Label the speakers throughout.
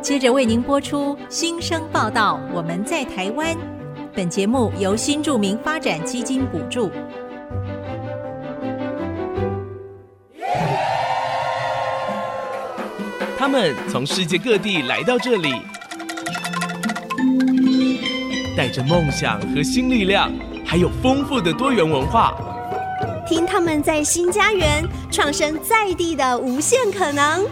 Speaker 1: 接着为您播出《新生报道》，我们在台湾。本节目由新著名发展基金补助。
Speaker 2: 他们从世界各地来到这里，带着梦想和新力量，还有丰富的多元文化。
Speaker 3: 听他们在新家园创生在地的无限可能。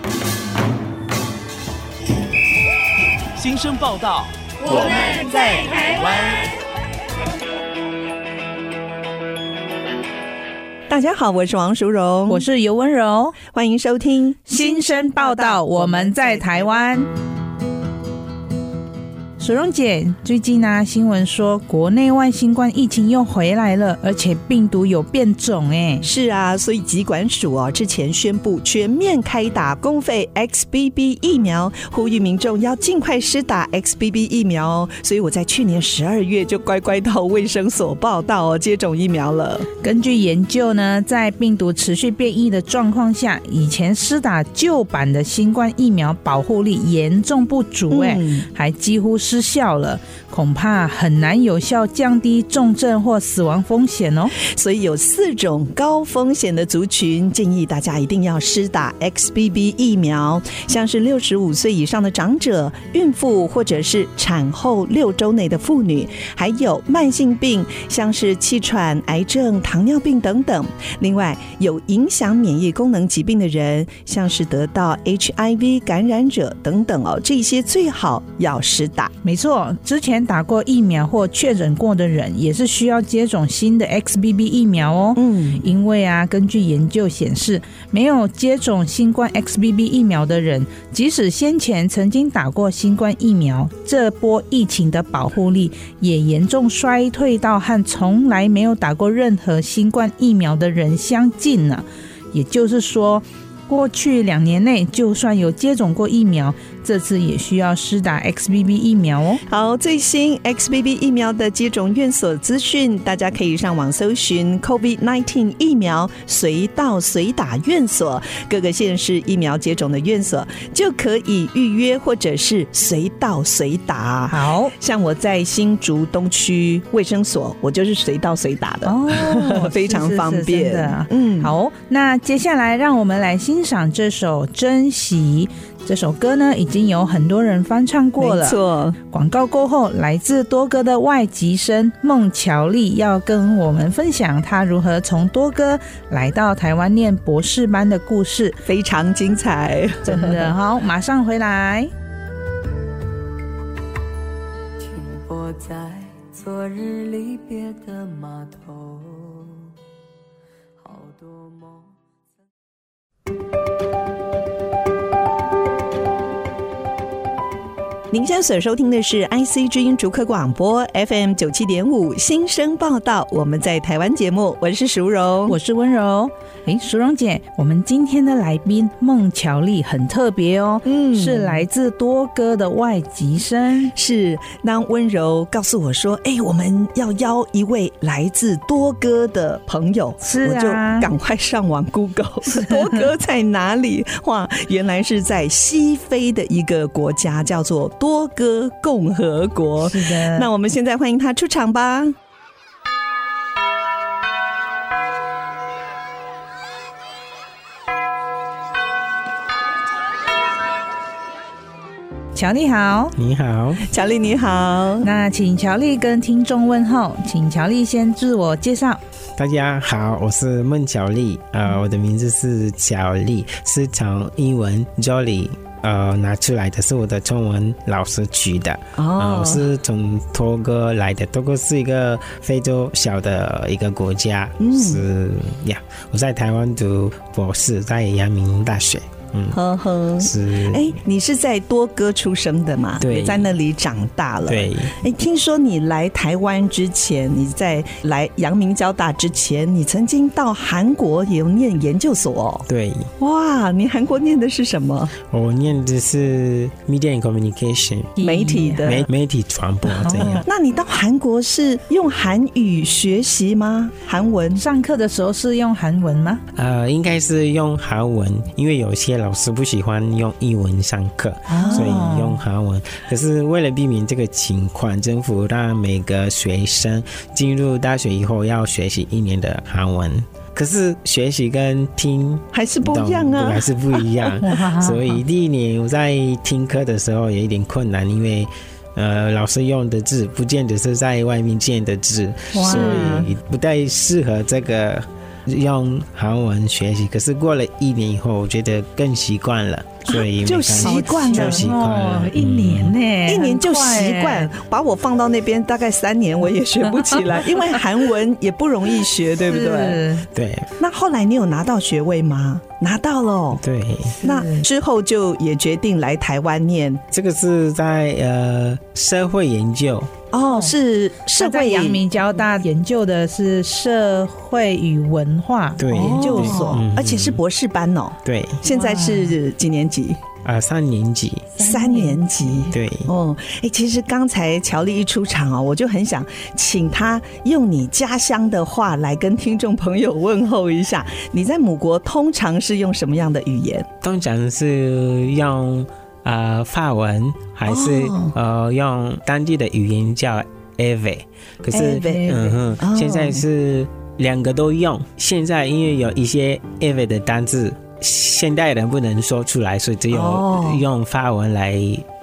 Speaker 2: 新生报道，
Speaker 4: 我们在台湾。
Speaker 5: 大家好，我是王淑荣，
Speaker 6: 我是尤温柔，
Speaker 5: 欢迎收听《
Speaker 6: 新生报道》，我们在台湾。水荣姐，最近呢、新闻说国内外新冠疫情又回来了，而且病毒有变种哎。
Speaker 5: 是啊，所以疾管署啊之前宣布全面开打公费 XBB 疫苗，呼吁民众要尽快施打 XBB 疫苗哦。所以我在去年十二月就乖乖到卫生所报到哦，接种疫苗了。
Speaker 6: 根据研究呢，在病毒持续变异的状况下，以前施打旧版的新冠疫苗保护力严重不足哎。
Speaker 5: 嗯
Speaker 6: 还几乎失效了，恐怕很难有效降低重症或死亡风险哦。
Speaker 5: 所以有四种高风险的族群，建议大家一定要施打 XBB 疫苗，像是六十五岁以上的长者、孕妇或者是产后六周内的妇女，还有慢性病，像是气喘、癌症、糖尿病等等。另外，有影响免疫功能疾病的人，像是得到 HIV 感染者等等哦，这些最好要施打。
Speaker 6: 没错，之前打过疫苗或确诊过的人，也是需要接种新的 XBB 疫苗哦。
Speaker 5: 嗯，
Speaker 6: 因为啊，根据研究显示，没有接种新冠 XBB 疫苗的人，即使先前曾经打过新冠疫苗，这波疫情的保护力也严重衰退到和从来没有打过任何新冠疫苗的人相近了。也就是说，过去两年内，就算有接种过疫苗，这次也需要施打 XBB 疫苗哦。
Speaker 5: 好，最新 XBB 疫苗的接种院所资讯，大家可以上网搜寻 COVID-19 疫苗随到随打院所，各个县市疫苗接种的院所就可以预约或者是随到随打。
Speaker 6: 好。
Speaker 5: 像我在新竹东区卫生所，我就是随到随打的，
Speaker 6: 哦
Speaker 5: 非常方便。
Speaker 6: 是是是真的
Speaker 5: 嗯，
Speaker 6: 好哦，那接下来让我们来欣赏这首《珍惜》这首歌呢，已经有很多人翻唱过
Speaker 5: 没
Speaker 6: 了。
Speaker 5: 错。
Speaker 6: 广告过后，来自多哥的外籍生孟乔丽要跟我们分享她如何从多哥来到台湾念博士班的 故事。
Speaker 5: 非常精彩，
Speaker 6: 真的好，马上回来。
Speaker 4: 停泊在昨日离别的码头，好多梦。
Speaker 5: 您现在所收听的是 IC 之音逐客广播 FM 九七点五新生报道，我们在台湾节目，我是淑荣，
Speaker 6: 我是温柔。诶，淑荣姐，我们今天的来宾孟乔丽很特别哦，
Speaker 5: 嗯
Speaker 6: 是来自多哥的外籍生。
Speaker 5: 是当温柔告诉我说，哎、我们要邀一位来自多哥的朋友，
Speaker 6: 是
Speaker 5: 我就
Speaker 6: 啊
Speaker 5: 赶快上网 Google 多哥在哪里？哇，原来是在西非的一个国家，叫做多哥共和国。
Speaker 6: 是的，
Speaker 5: 那我们现在欢迎他出场吧。
Speaker 6: 乔丽好。
Speaker 7: 你好，
Speaker 5: 乔丽你好，
Speaker 6: 那请乔丽跟听众问候，请乔丽先自我介绍。
Speaker 7: 大家好，我是孟巧丽，呃，我的名字是巧丽，是从英文 Jolly 呃拿出来的，是我的中文老师取的，
Speaker 6: 哦
Speaker 5: 哦
Speaker 7: 啊、我是从托哥来的，托哥是一个非洲小的一个国家，
Speaker 5: 嗯
Speaker 7: 是呀，我在台湾读博士，在阳明大学，嗯，
Speaker 5: 呵呵。
Speaker 7: 是，
Speaker 5: 哎，你是在多哥出生的嘛？
Speaker 7: 对
Speaker 5: 也在那里长大了。。
Speaker 7: 对。
Speaker 5: 哎，听说你来台湾之前，你在来阳明交大之前，你曾经到韩国也有念研究所、哦。
Speaker 7: 对，
Speaker 5: 哇，你韩国念的是什么？
Speaker 7: 我念的是 Media and Communication
Speaker 5: 媒体的。
Speaker 7: 媒媒体传播这样。
Speaker 5: 那你到韩国是用韩语学习吗？韩文？
Speaker 6: 上课的时候是用韩文吗？
Speaker 7: 呃，应该是用韩文，因为有些些老师不喜欢用英文上课，
Speaker 5: 哦
Speaker 7: 所以用韩文。可是为了避免这个情况，政府让每个学生进入大学以后要学习一年的韩文。可是学习跟听
Speaker 5: 还是不一样
Speaker 7: 懂
Speaker 5: 啊
Speaker 7: 还。是不一样。所以第一年我在听课的时候有一点困难，因为呃老师用的字不见得是在外面见的字，
Speaker 6: 哇
Speaker 7: 所以不太适合这个用韩文学习。可是过了一年以后，我觉得更习惯了，所以
Speaker 5: 啊就
Speaker 7: 没关系
Speaker 5: 习惯了
Speaker 7: 就习惯了
Speaker 6: 哦，一年呢、
Speaker 5: 一年就习
Speaker 6: 很快
Speaker 5: 惯
Speaker 6: 耶，，
Speaker 5: 把我放到那边大概三年我也学不起来，因为韩文也不容易学，对不对？
Speaker 6: 是？
Speaker 7: 对
Speaker 5: 那后来你有拿到学位吗？拿到了哦，
Speaker 7: 对。
Speaker 5: 那之后就也决定来台湾念
Speaker 7: 这个是在呃社会研究，
Speaker 5: 哦，是
Speaker 6: 他
Speaker 5: 社
Speaker 6: 在
Speaker 5: 会
Speaker 6: 阳明交大研究的是社会与文化，
Speaker 7: 对
Speaker 5: 哦研究所
Speaker 7: 嗯，
Speaker 5: 而且是博士班哦。
Speaker 7: 对
Speaker 5: 现在是几年级？
Speaker 7: 啊、呃三年级，
Speaker 5: 三年级。
Speaker 7: 对
Speaker 5: 哦，哎，其实刚才乔丽一出场啊，我就很想请她用你家乡的话来跟听众朋友问候一下。你在母国通常是用什么样的语言？
Speaker 7: 通常是用呃法文，还是、
Speaker 5: 哦
Speaker 7: 呃用当地的语言叫 Ave，可是
Speaker 5: Ave
Speaker 7: 嗯
Speaker 5: 哦
Speaker 7: 哼，现在是两个都用。现在因为有一些 Ave 的单字，现代人不能说出来，所以只
Speaker 5: 哦
Speaker 7: 有用法文来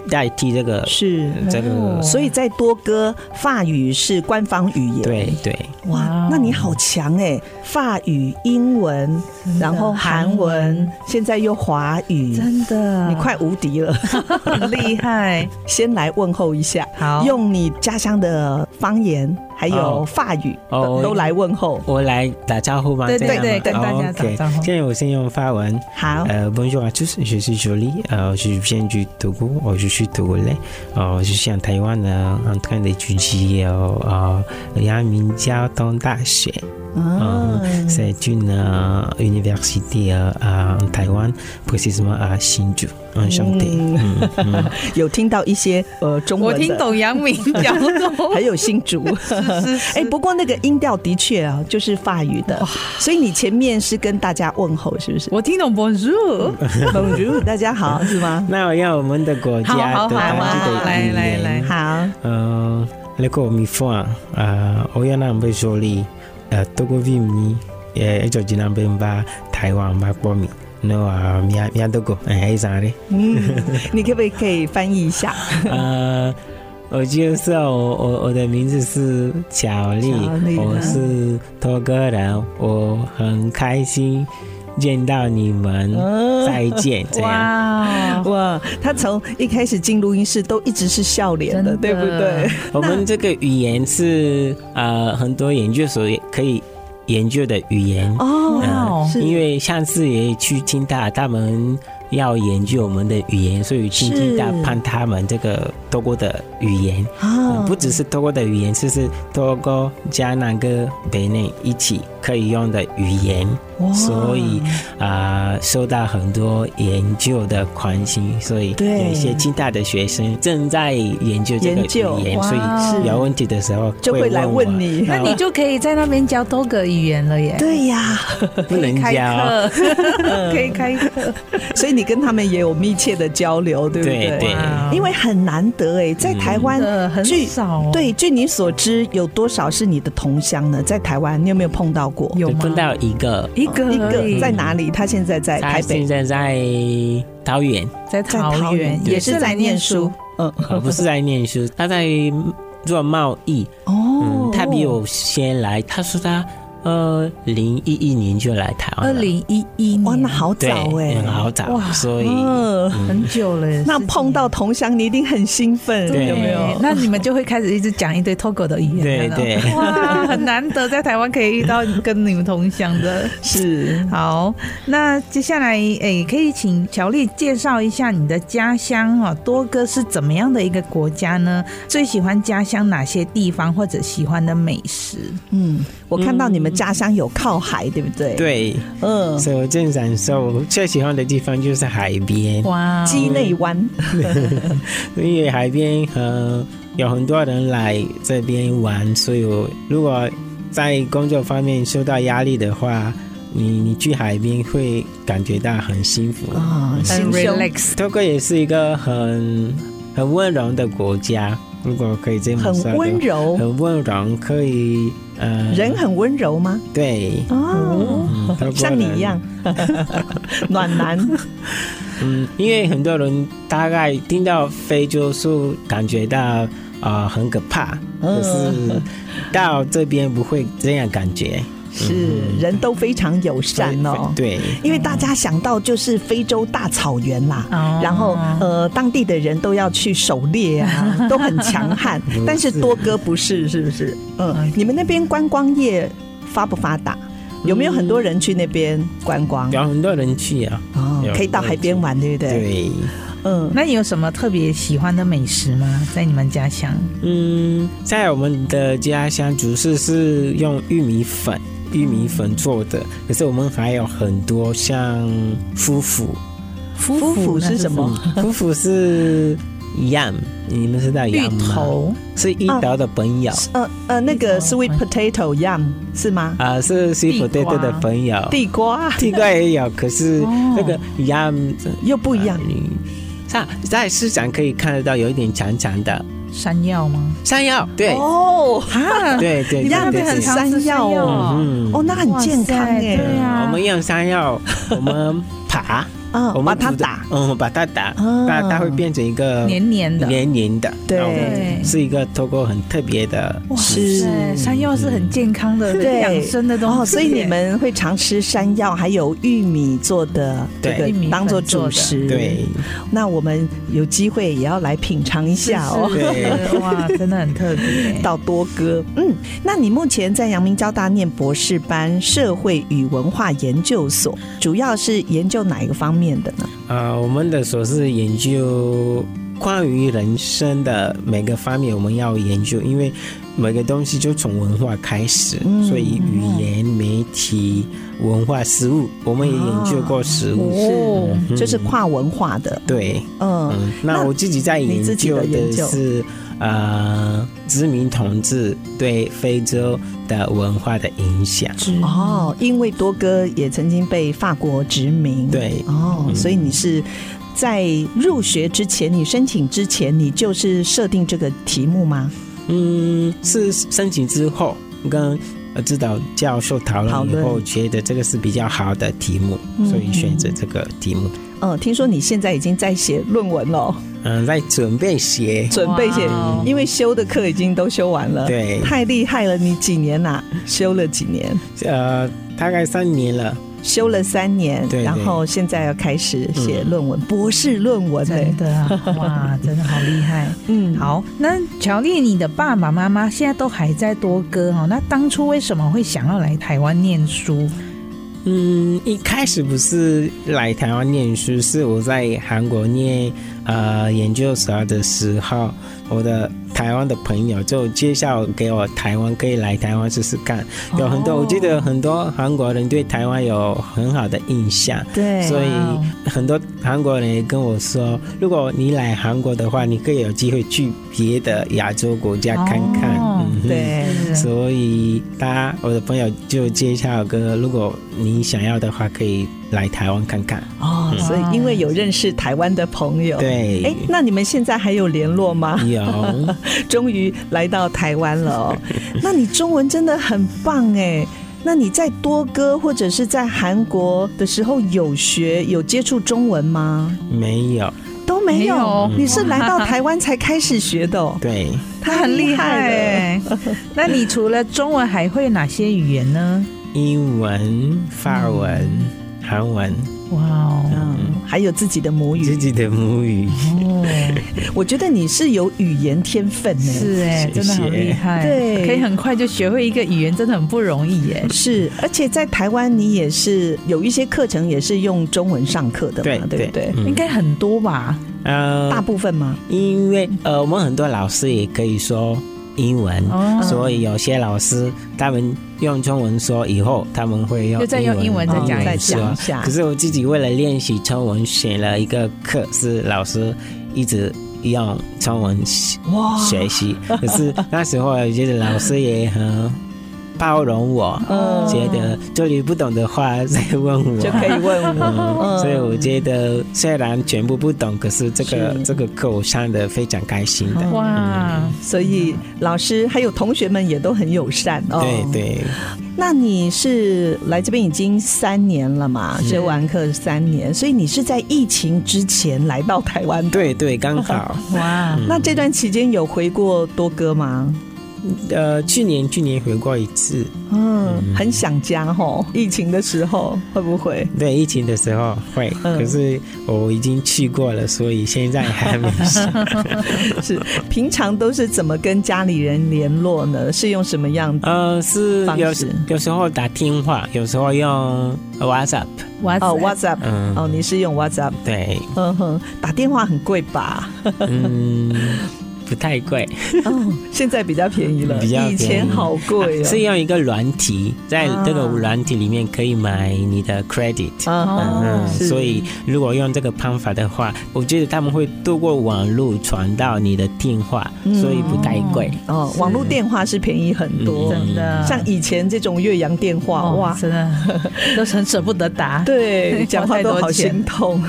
Speaker 7: 代替这个、
Speaker 5: 是
Speaker 7: 这
Speaker 6: 哦
Speaker 7: 个。
Speaker 5: 所以在多哥，法语是官方语言。
Speaker 7: 对对，
Speaker 5: 哇，那你好强哎！法语、英文，然后韩文，现在又华语，
Speaker 6: 真的，
Speaker 5: 你快无敌 了！
Speaker 6: 很厉害。
Speaker 5: 先来问候一下，
Speaker 6: 好，
Speaker 5: 用你家乡的方言还有
Speaker 7: 哦
Speaker 5: 法语，
Speaker 7: 哦
Speaker 5: 都来问候。
Speaker 7: 我来打招呼吗？
Speaker 6: 对对
Speaker 7: 这样吗
Speaker 6: 对跟大家
Speaker 7: 哦
Speaker 6: 打招呼
Speaker 7: OK，现在我先用法文。
Speaker 5: 好，
Speaker 6: 哎
Speaker 7: Euh, bonjour à tous, je suis Jolie, euh, je viens du Togo, euh, je suis togolais, euh, je suis en Taïwan euh, en train d'étudier euh, euh, Yangmingjiao Tongdaxue. Euh, C'est une euh, université euh, à- en Taïwan, précisément à Hsinchu. Enchanté. Mm, mm.
Speaker 5: 有听到一些呃中
Speaker 6: 我
Speaker 5: 文的
Speaker 6: 听，懂杨明讲 懂，
Speaker 5: 还有新竹。
Speaker 6: 是是
Speaker 5: 哎，不过那个音调的确啊，就是法语的，所以你前面是跟大家问候，是不 是
Speaker 6: 我听懂 Bonjour，
Speaker 5: ？Bonjour，大家好，是 吗？
Speaker 7: 那我要我们的国家
Speaker 6: 好，好，
Speaker 7: 的
Speaker 6: 好，
Speaker 7: 当地的
Speaker 6: 好，好，来，
Speaker 7: 语
Speaker 6: 来，
Speaker 7: 言。
Speaker 6: 来。
Speaker 5: 好，
Speaker 7: Euh, leko mifua uh, oya na mbe joli uh, togo vi mi eh, ejo jina mbe mba taiwan mba kpọ mi no uh, mia, mia dogo eh, eza re
Speaker 5: 嗯，你可不可以翻译一下？
Speaker 7: 呃，我就是我我我的名字是巧丽，
Speaker 5: 巧丽啊
Speaker 7: 我是多哥人，我很开心见到你们，
Speaker 5: 啊
Speaker 7: 再见，这样。
Speaker 6: 哇 哦，
Speaker 5: 哇，他从一开始进录音室都一直是笑脸的，
Speaker 6: 真的
Speaker 5: 对不对？
Speaker 7: 我们这个语言是呃很多研究所也可以研究的语言
Speaker 6: 哇哦
Speaker 5: 哦，是
Speaker 7: 因为上次也去听到他们要研究我们的语言，所以去听到
Speaker 5: 是
Speaker 7: 看他们这个多国的语言，
Speaker 5: 啊
Speaker 7: 嗯不只是多国的语言，就是多国加那个北内一起可以用的语言，
Speaker 5: 哇
Speaker 7: 所以啊、呃受到很多研究的关心，所以
Speaker 5: 对
Speaker 7: 有一些清大的学生正在研究这个
Speaker 5: 研究
Speaker 7: 语言，所
Speaker 6: 是
Speaker 7: 以有问题的时候
Speaker 5: 就会来
Speaker 7: 问
Speaker 5: 问
Speaker 7: 我，
Speaker 5: 你，
Speaker 6: 那你就可以在那边教多个语言了耶，
Speaker 5: 对呀，
Speaker 7: 不能
Speaker 6: 开
Speaker 7: 教，
Speaker 6: 课 可以开课，
Speaker 5: 所以你跟他们也有密切的交流， 对不
Speaker 7: 对对。嗯
Speaker 5: 因为很难得哎，在台湾
Speaker 6: 呃很
Speaker 5: 据
Speaker 6: 少哦
Speaker 5: 对，据你所知，有多少是你的同乡呢？在台湾，你有没有碰到过？
Speaker 6: 有吗
Speaker 7: 碰到一个
Speaker 6: 一个
Speaker 5: 一
Speaker 6: 而已
Speaker 5: 个在哪里？他现在在
Speaker 7: 他
Speaker 5: 台
Speaker 7: 现
Speaker 5: 北，
Speaker 7: 在在 桃园，
Speaker 6: 在
Speaker 5: 在
Speaker 6: 桃园，
Speaker 5: 也是在念书。。嗯，
Speaker 7: 而不是在念书，他在做贸易。
Speaker 5: 哦
Speaker 7: 嗯，，他比我先来，他说他二零一一年就来台
Speaker 6: 二
Speaker 7: 湾了，
Speaker 6: 零一一年，
Speaker 5: 哇，那好早
Speaker 7: 对，
Speaker 5: 哎，
Speaker 7: 很好找，
Speaker 6: 哇
Speaker 7: 所以
Speaker 5: 嗯，
Speaker 6: 很久了。
Speaker 5: 那
Speaker 6: 十几
Speaker 5: 碰到同乡，你一定很兴奋，
Speaker 7: 对
Speaker 5: 有没
Speaker 6: 年
Speaker 5: 有？
Speaker 6: 那你们就会开始一直讲一堆 Togo 的语言了。
Speaker 7: 对对
Speaker 6: 哇，很难得在台湾可以遇到跟你们同乡的。
Speaker 5: 是
Speaker 6: 好，那接下来诶，可以请乔丽介绍一下你的家乡哦，多哥是怎么样的一个国家呢？最喜欢家乡哪些地方，或者喜欢的美食？
Speaker 5: 嗯，我看到你们家乡有靠海，对不对？，
Speaker 7: 对，
Speaker 5: 嗯，
Speaker 7: 所以我正想说，我最喜欢的地方就是海边，
Speaker 6: 哇
Speaker 5: 鸡内湾，
Speaker 7: 因为海边呃有很多人来这边玩，所以我如果在工作方面受到压力的话，你你去海边会感觉到很幸福。
Speaker 5: 啊，
Speaker 7: 嗯
Speaker 6: 很
Speaker 5: 心胸
Speaker 6: relax，
Speaker 7: 泰国也是一个很很温柔的国家，如果可以这么说的
Speaker 5: 很
Speaker 7: 话
Speaker 5: 温柔，
Speaker 7: 很温柔，可以呃，
Speaker 5: 人很温柔吗？
Speaker 7: 对，
Speaker 5: 哦，
Speaker 7: 嗯泰国人
Speaker 5: 像你一样， 暖男
Speaker 7: 嗯，因为很多人大概听到非洲是感觉到啊、呃很可怕，
Speaker 5: 嗯
Speaker 7: 可是到这边不会这样感觉。
Speaker 5: 是人都非常友善哦。
Speaker 7: 对，
Speaker 5: 因为大家想到就是非洲大草原啦，
Speaker 6: 哦
Speaker 5: 然后呃，当地的人都要去狩猎啊，都很强 悍。
Speaker 7: 嗯
Speaker 5: 但是多哥不是，是不是？嗯，
Speaker 7: 哎
Speaker 5: 你们那边观光业发不发达？有没有很多人去那边观光？
Speaker 7: 有很多人去啊。
Speaker 5: 哦，可以到海边玩，对不对？
Speaker 7: 对，
Speaker 5: 嗯，
Speaker 6: 那你有什么特别喜欢的美食吗？在你们家乡？
Speaker 7: 嗯，在我们的家乡，主食是用玉米粉。玉米粉做的，可是我们还有很多像 夫妇，
Speaker 5: 夫妇是什么？
Speaker 7: 夫妇是 yam，你们知道
Speaker 6: 芋
Speaker 7: yam 吗？
Speaker 6: 头，
Speaker 7: 是芋头的朋友，
Speaker 5: 呃呃，那个 sweet potato yam 是吗？
Speaker 7: 啊，是 s
Speaker 6: 地
Speaker 7: u 对对的
Speaker 6: 瓜
Speaker 7: 朋友，
Speaker 5: 地瓜哦
Speaker 7: 地瓜也有，可是那个一样
Speaker 5: 又不
Speaker 7: 不
Speaker 5: 一样。
Speaker 7: 在在市场可以看得到，有一点长长的
Speaker 6: 山药吗？
Speaker 7: 山药，对
Speaker 5: 哦，
Speaker 6: 啊，
Speaker 7: 对对
Speaker 5: 一
Speaker 7: 对
Speaker 5: 样
Speaker 7: 对
Speaker 5: 变成
Speaker 7: 对，
Speaker 5: 山药哦，
Speaker 7: 嗯
Speaker 5: 哦，那很健康哎
Speaker 6: 对。
Speaker 7: 我
Speaker 6: 啊，
Speaker 7: 们用 山药，我们爬，
Speaker 5: 啊，
Speaker 7: 我
Speaker 5: 把
Speaker 7: 们
Speaker 5: 它
Speaker 7: 煮的
Speaker 5: 打，
Speaker 7: 嗯，把它打，
Speaker 5: 啊
Speaker 7: 它它会变成一个
Speaker 6: 黏黏的，
Speaker 7: 黏黏的，
Speaker 5: 对
Speaker 7: 然后是一个透过很特别的
Speaker 6: 哇
Speaker 5: 是
Speaker 6: 塞，山药是很健康的、
Speaker 5: 对
Speaker 6: 养生的东
Speaker 5: 哦，
Speaker 6: 西。
Speaker 5: 所以你们会常吃山药，还有玉米做的这
Speaker 7: 对
Speaker 5: 个
Speaker 6: 玉米粉
Speaker 5: 当做主
Speaker 6: 做的
Speaker 5: 食。
Speaker 7: 对，
Speaker 5: 那我们有机会也要来品尝一下哦。
Speaker 6: 是是是哇，真的很 特别。
Speaker 5: 到多哥，嗯，那你目前在阳明交大念博士班社会与文化研究所，主要是研究哪一个方面的呢？
Speaker 7: 啊，我们的所是研究关于人生的每个方面，我们要研究，因为每个东西就从文化开始，
Speaker 5: 嗯
Speaker 7: 所以语言、媒体、文化、食物，我们也研究过食物。
Speaker 5: 哦
Speaker 7: 嗯
Speaker 5: 就是跨文化的，
Speaker 7: 对，
Speaker 5: 嗯，
Speaker 7: 嗯，那
Speaker 5: 那
Speaker 7: 我自己在
Speaker 5: 你
Speaker 7: 研
Speaker 5: 自己
Speaker 7: 究
Speaker 5: 的研
Speaker 7: 的
Speaker 5: 究
Speaker 7: 是，呃，知名同志对非洲的文化的影响。
Speaker 5: 哦，因为多哥也曾经被法国殖民，，
Speaker 7: 对，
Speaker 5: 哦，
Speaker 7: 嗯
Speaker 5: 所以你是在入学之前，你申请之前，你就是设定这个题目吗？
Speaker 7: 嗯，是申请之后跟呃指导教授讨
Speaker 5: 讨
Speaker 7: 论以
Speaker 5: 论
Speaker 7: 后，觉得这个是比较好的题目，
Speaker 5: 嗯
Speaker 7: 所以选择这个题目。
Speaker 5: 嗯，听说你现在已经在写论文了，
Speaker 7: 嗯，在准备写，
Speaker 5: 准备写
Speaker 6: 哇哦，
Speaker 5: 因为修的课已经都修完了，，
Speaker 7: 对，
Speaker 5: 太厉害了！你几年啦、修了几年？
Speaker 7: 呃，大概三年了，
Speaker 5: 修了三年，
Speaker 7: 对对
Speaker 5: 然后现在要开始写论文，博士论文嘞、
Speaker 6: 真的啊，哇，真的好厉害！
Speaker 5: 嗯，
Speaker 6: 好，那乔丽，你的爸爸妈妈现在都还在多哥哦，那当初为什么会想要来台湾念书？
Speaker 7: 嗯，一开始不是来台湾念书，是我在韩国念呃研究所的时候，我的台湾的朋友就介绍给我台湾，可以来台湾试试看。有很多，我记得很多韩国人对台湾有很好的印象，
Speaker 5: 对，
Speaker 7: 所以
Speaker 6: 哇哦
Speaker 7: 很多韩国人也跟我说，如果你来韩国的话，你可以有机会去别的亚洲国家看看。
Speaker 6: 哦
Speaker 7: 嗯哼。
Speaker 5: 对，
Speaker 6: 是
Speaker 7: 所以他我的朋友就介绍哥，如果你想要的话，可以来台湾看看。
Speaker 5: 哦，所以因为有认识台湾的朋友，，
Speaker 7: 对，
Speaker 5: 哎，那你们现在还有联络吗？
Speaker 7: 有
Speaker 5: 终于来到台湾了 哦。那你中文真的很棒哎。那你在多哥或者是在韩国的时候有学有接触中文吗？
Speaker 7: 没有？
Speaker 5: 都没有，
Speaker 6: 没有
Speaker 5: 你是来到台湾才开始学的、哦，
Speaker 7: 对，
Speaker 5: 他很厉害了。
Speaker 6: 哎。那你除了中文还会哪些语言呢？
Speaker 7: 英文、法文、韩文，
Speaker 6: 哇哦，
Speaker 5: 嗯，还有自己的母
Speaker 7: 自
Speaker 5: 语，
Speaker 7: 己的母语。哦
Speaker 5: 我觉得你是有语言天分呢。
Speaker 6: 是哎，
Speaker 7: 谢谢
Speaker 6: 真的好厉害，
Speaker 5: 对
Speaker 6: 可以很快就学会一个语言，真的很不容易耶。
Speaker 5: 是，而且在台湾你也是有一些课程也是用中文上课的
Speaker 7: 对
Speaker 5: 嘛，对不对？
Speaker 7: 嗯
Speaker 6: 应该很多吧？
Speaker 5: 大
Speaker 7: 呃，
Speaker 5: 部分吗？
Speaker 7: 因为呃，我们很多老师也可以说英文。
Speaker 6: 哦，
Speaker 7: 所以有些老师他们用中文说，以后他们会用
Speaker 6: 又再用英文再讲一
Speaker 5: 再
Speaker 7: 说
Speaker 5: 讲一下
Speaker 7: 可。是我自己为了练习中文，选了一个课，是老师一直用中文学
Speaker 5: 哇
Speaker 7: 学习。可是那时候我觉得老师也很包容我，
Speaker 5: 嗯
Speaker 7: 觉得这里不懂的话再问我，
Speaker 5: 就可以问我。
Speaker 7: 嗯，所以我
Speaker 5: 得
Speaker 7: 觉得虽然全部不懂，可是这个
Speaker 5: 是
Speaker 7: 这个课我上的非常开心的。
Speaker 6: 哇，
Speaker 5: 所以老师还有同学们也都很友善哦。
Speaker 7: 嗯对。对，
Speaker 5: 那你是来这边已经三年了嘛？
Speaker 7: 是
Speaker 5: 学完课三年，所以你是在疫情之前来到台湾的。
Speaker 7: 对对，刚好。
Speaker 6: 哇，
Speaker 7: 嗯
Speaker 5: 那这段期间有回过多哥吗？
Speaker 7: 呃，去年去年回过一次，
Speaker 5: 嗯，很想家吼。疫情的时候会不会？
Speaker 7: 对，疫情的时候会，
Speaker 5: 嗯
Speaker 7: 可是我已经去过了，所以现在还没事。
Speaker 5: 是平常都是怎么跟家里人联络呢？是用什么样的？
Speaker 7: 呃，是
Speaker 5: 方
Speaker 7: 有
Speaker 5: 式
Speaker 7: 时有时候打电话，有时候用 WhatsApp。
Speaker 6: 哇
Speaker 5: 哦，WhatsApp。
Speaker 7: 嗯，
Speaker 5: 哦，你是用 WhatsApp，
Speaker 7: 对，
Speaker 5: 嗯哼，打电话很贵吧？
Speaker 7: 嗯，不太贵，
Speaker 5: 哦，现在比较便宜了，
Speaker 7: 比较便宜啊
Speaker 5: 以前好贵
Speaker 6: 啊
Speaker 5: 哦。
Speaker 7: 是用一个软体，在
Speaker 5: 啊
Speaker 7: 这个软体里面可以买你的 credit。
Speaker 6: 哦
Speaker 5: 啊
Speaker 7: 嗯，
Speaker 5: 是
Speaker 7: 所以如果用这个方法的话，我觉得他们会透过网络传到你的电话，
Speaker 5: 嗯
Speaker 7: 所以不太贵。
Speaker 5: 哦，网络电话是便宜很多，
Speaker 7: 嗯
Speaker 6: 真的，
Speaker 5: 像以前这种岳阳电话，
Speaker 6: 哦
Speaker 5: 哇。
Speaker 6: 真的 都很舍不得打。
Speaker 5: 啊对，讲话都好心痛。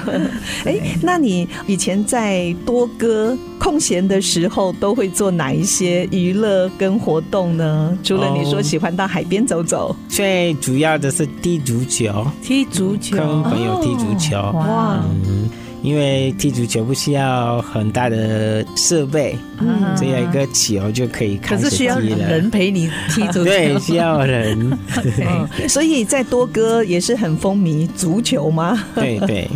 Speaker 5: 哎， 那你以前在多哥空闲的时候，都会做哪一些娱乐跟活动呢？除了你说
Speaker 7: 哦
Speaker 5: 喜欢到海边走走，
Speaker 7: 最主要的是踢足球，
Speaker 6: 踢足球，
Speaker 7: 跟朋友踢足球。
Speaker 6: 哦哇，
Speaker 7: 嗯，因为踢足球不需要很大的设备，
Speaker 6: 嗯
Speaker 7: 只有一个球就可以
Speaker 6: 可
Speaker 7: 开始
Speaker 6: 是需
Speaker 7: 踢
Speaker 6: 要
Speaker 7: 了。
Speaker 6: 人陪你踢足球，哦
Speaker 7: 对，需要人。
Speaker 6: 对
Speaker 7: 哦
Speaker 5: 所以在多哥也是很风靡足球吗？
Speaker 7: 对对，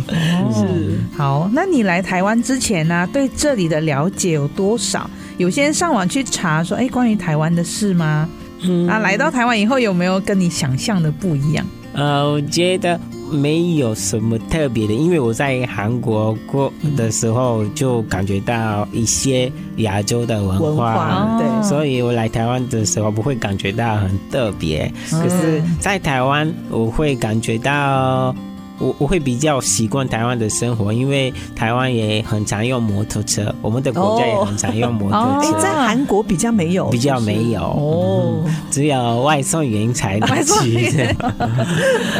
Speaker 5: 是
Speaker 6: 好，那你来台湾之前呢、对这里的了解有多少？有些人上网去查说，哎，关于台湾的事吗？
Speaker 7: 嗯
Speaker 6: 啊，来到台湾以后有没有跟你想象的不一样？
Speaker 7: 呃，我觉得没有什么特别的，因为我在韩国过的时候就感觉到一些亚洲的文化，
Speaker 5: 文化，
Speaker 6: 哦
Speaker 5: 对，
Speaker 7: 所以我来台湾的时候不会感觉到很特别。可是，在台湾，我会感觉到。我我会比较习惯台湾的生活，因为台湾也很常用摩托车，我们的国家也很常用摩托
Speaker 5: 哎
Speaker 7: 车，，
Speaker 5: 在韩国比较没有，
Speaker 7: 比较没有
Speaker 5: 哦，
Speaker 7: 只有外送员才能
Speaker 6: 外送
Speaker 7: 骑的。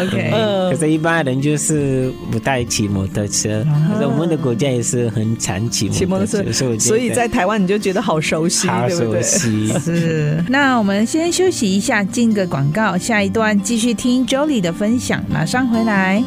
Speaker 6: OK，
Speaker 7: 嗯
Speaker 5: 嗯
Speaker 7: 可是，一般人就是不太骑摩托车。可是我们的国家也是很常骑
Speaker 5: 啊骑
Speaker 7: 摩
Speaker 5: 摩
Speaker 7: 托
Speaker 5: 托车
Speaker 7: 车，所以我觉
Speaker 5: 所
Speaker 7: 得
Speaker 5: 以在台湾你就觉得好熟悉，
Speaker 7: 好
Speaker 5: 对不
Speaker 7: 熟
Speaker 5: 对？
Speaker 7: 悉。
Speaker 6: 是。嗯那我们先休息一下，进个广告，下一段继续听 Jolie 的分享，马上回来。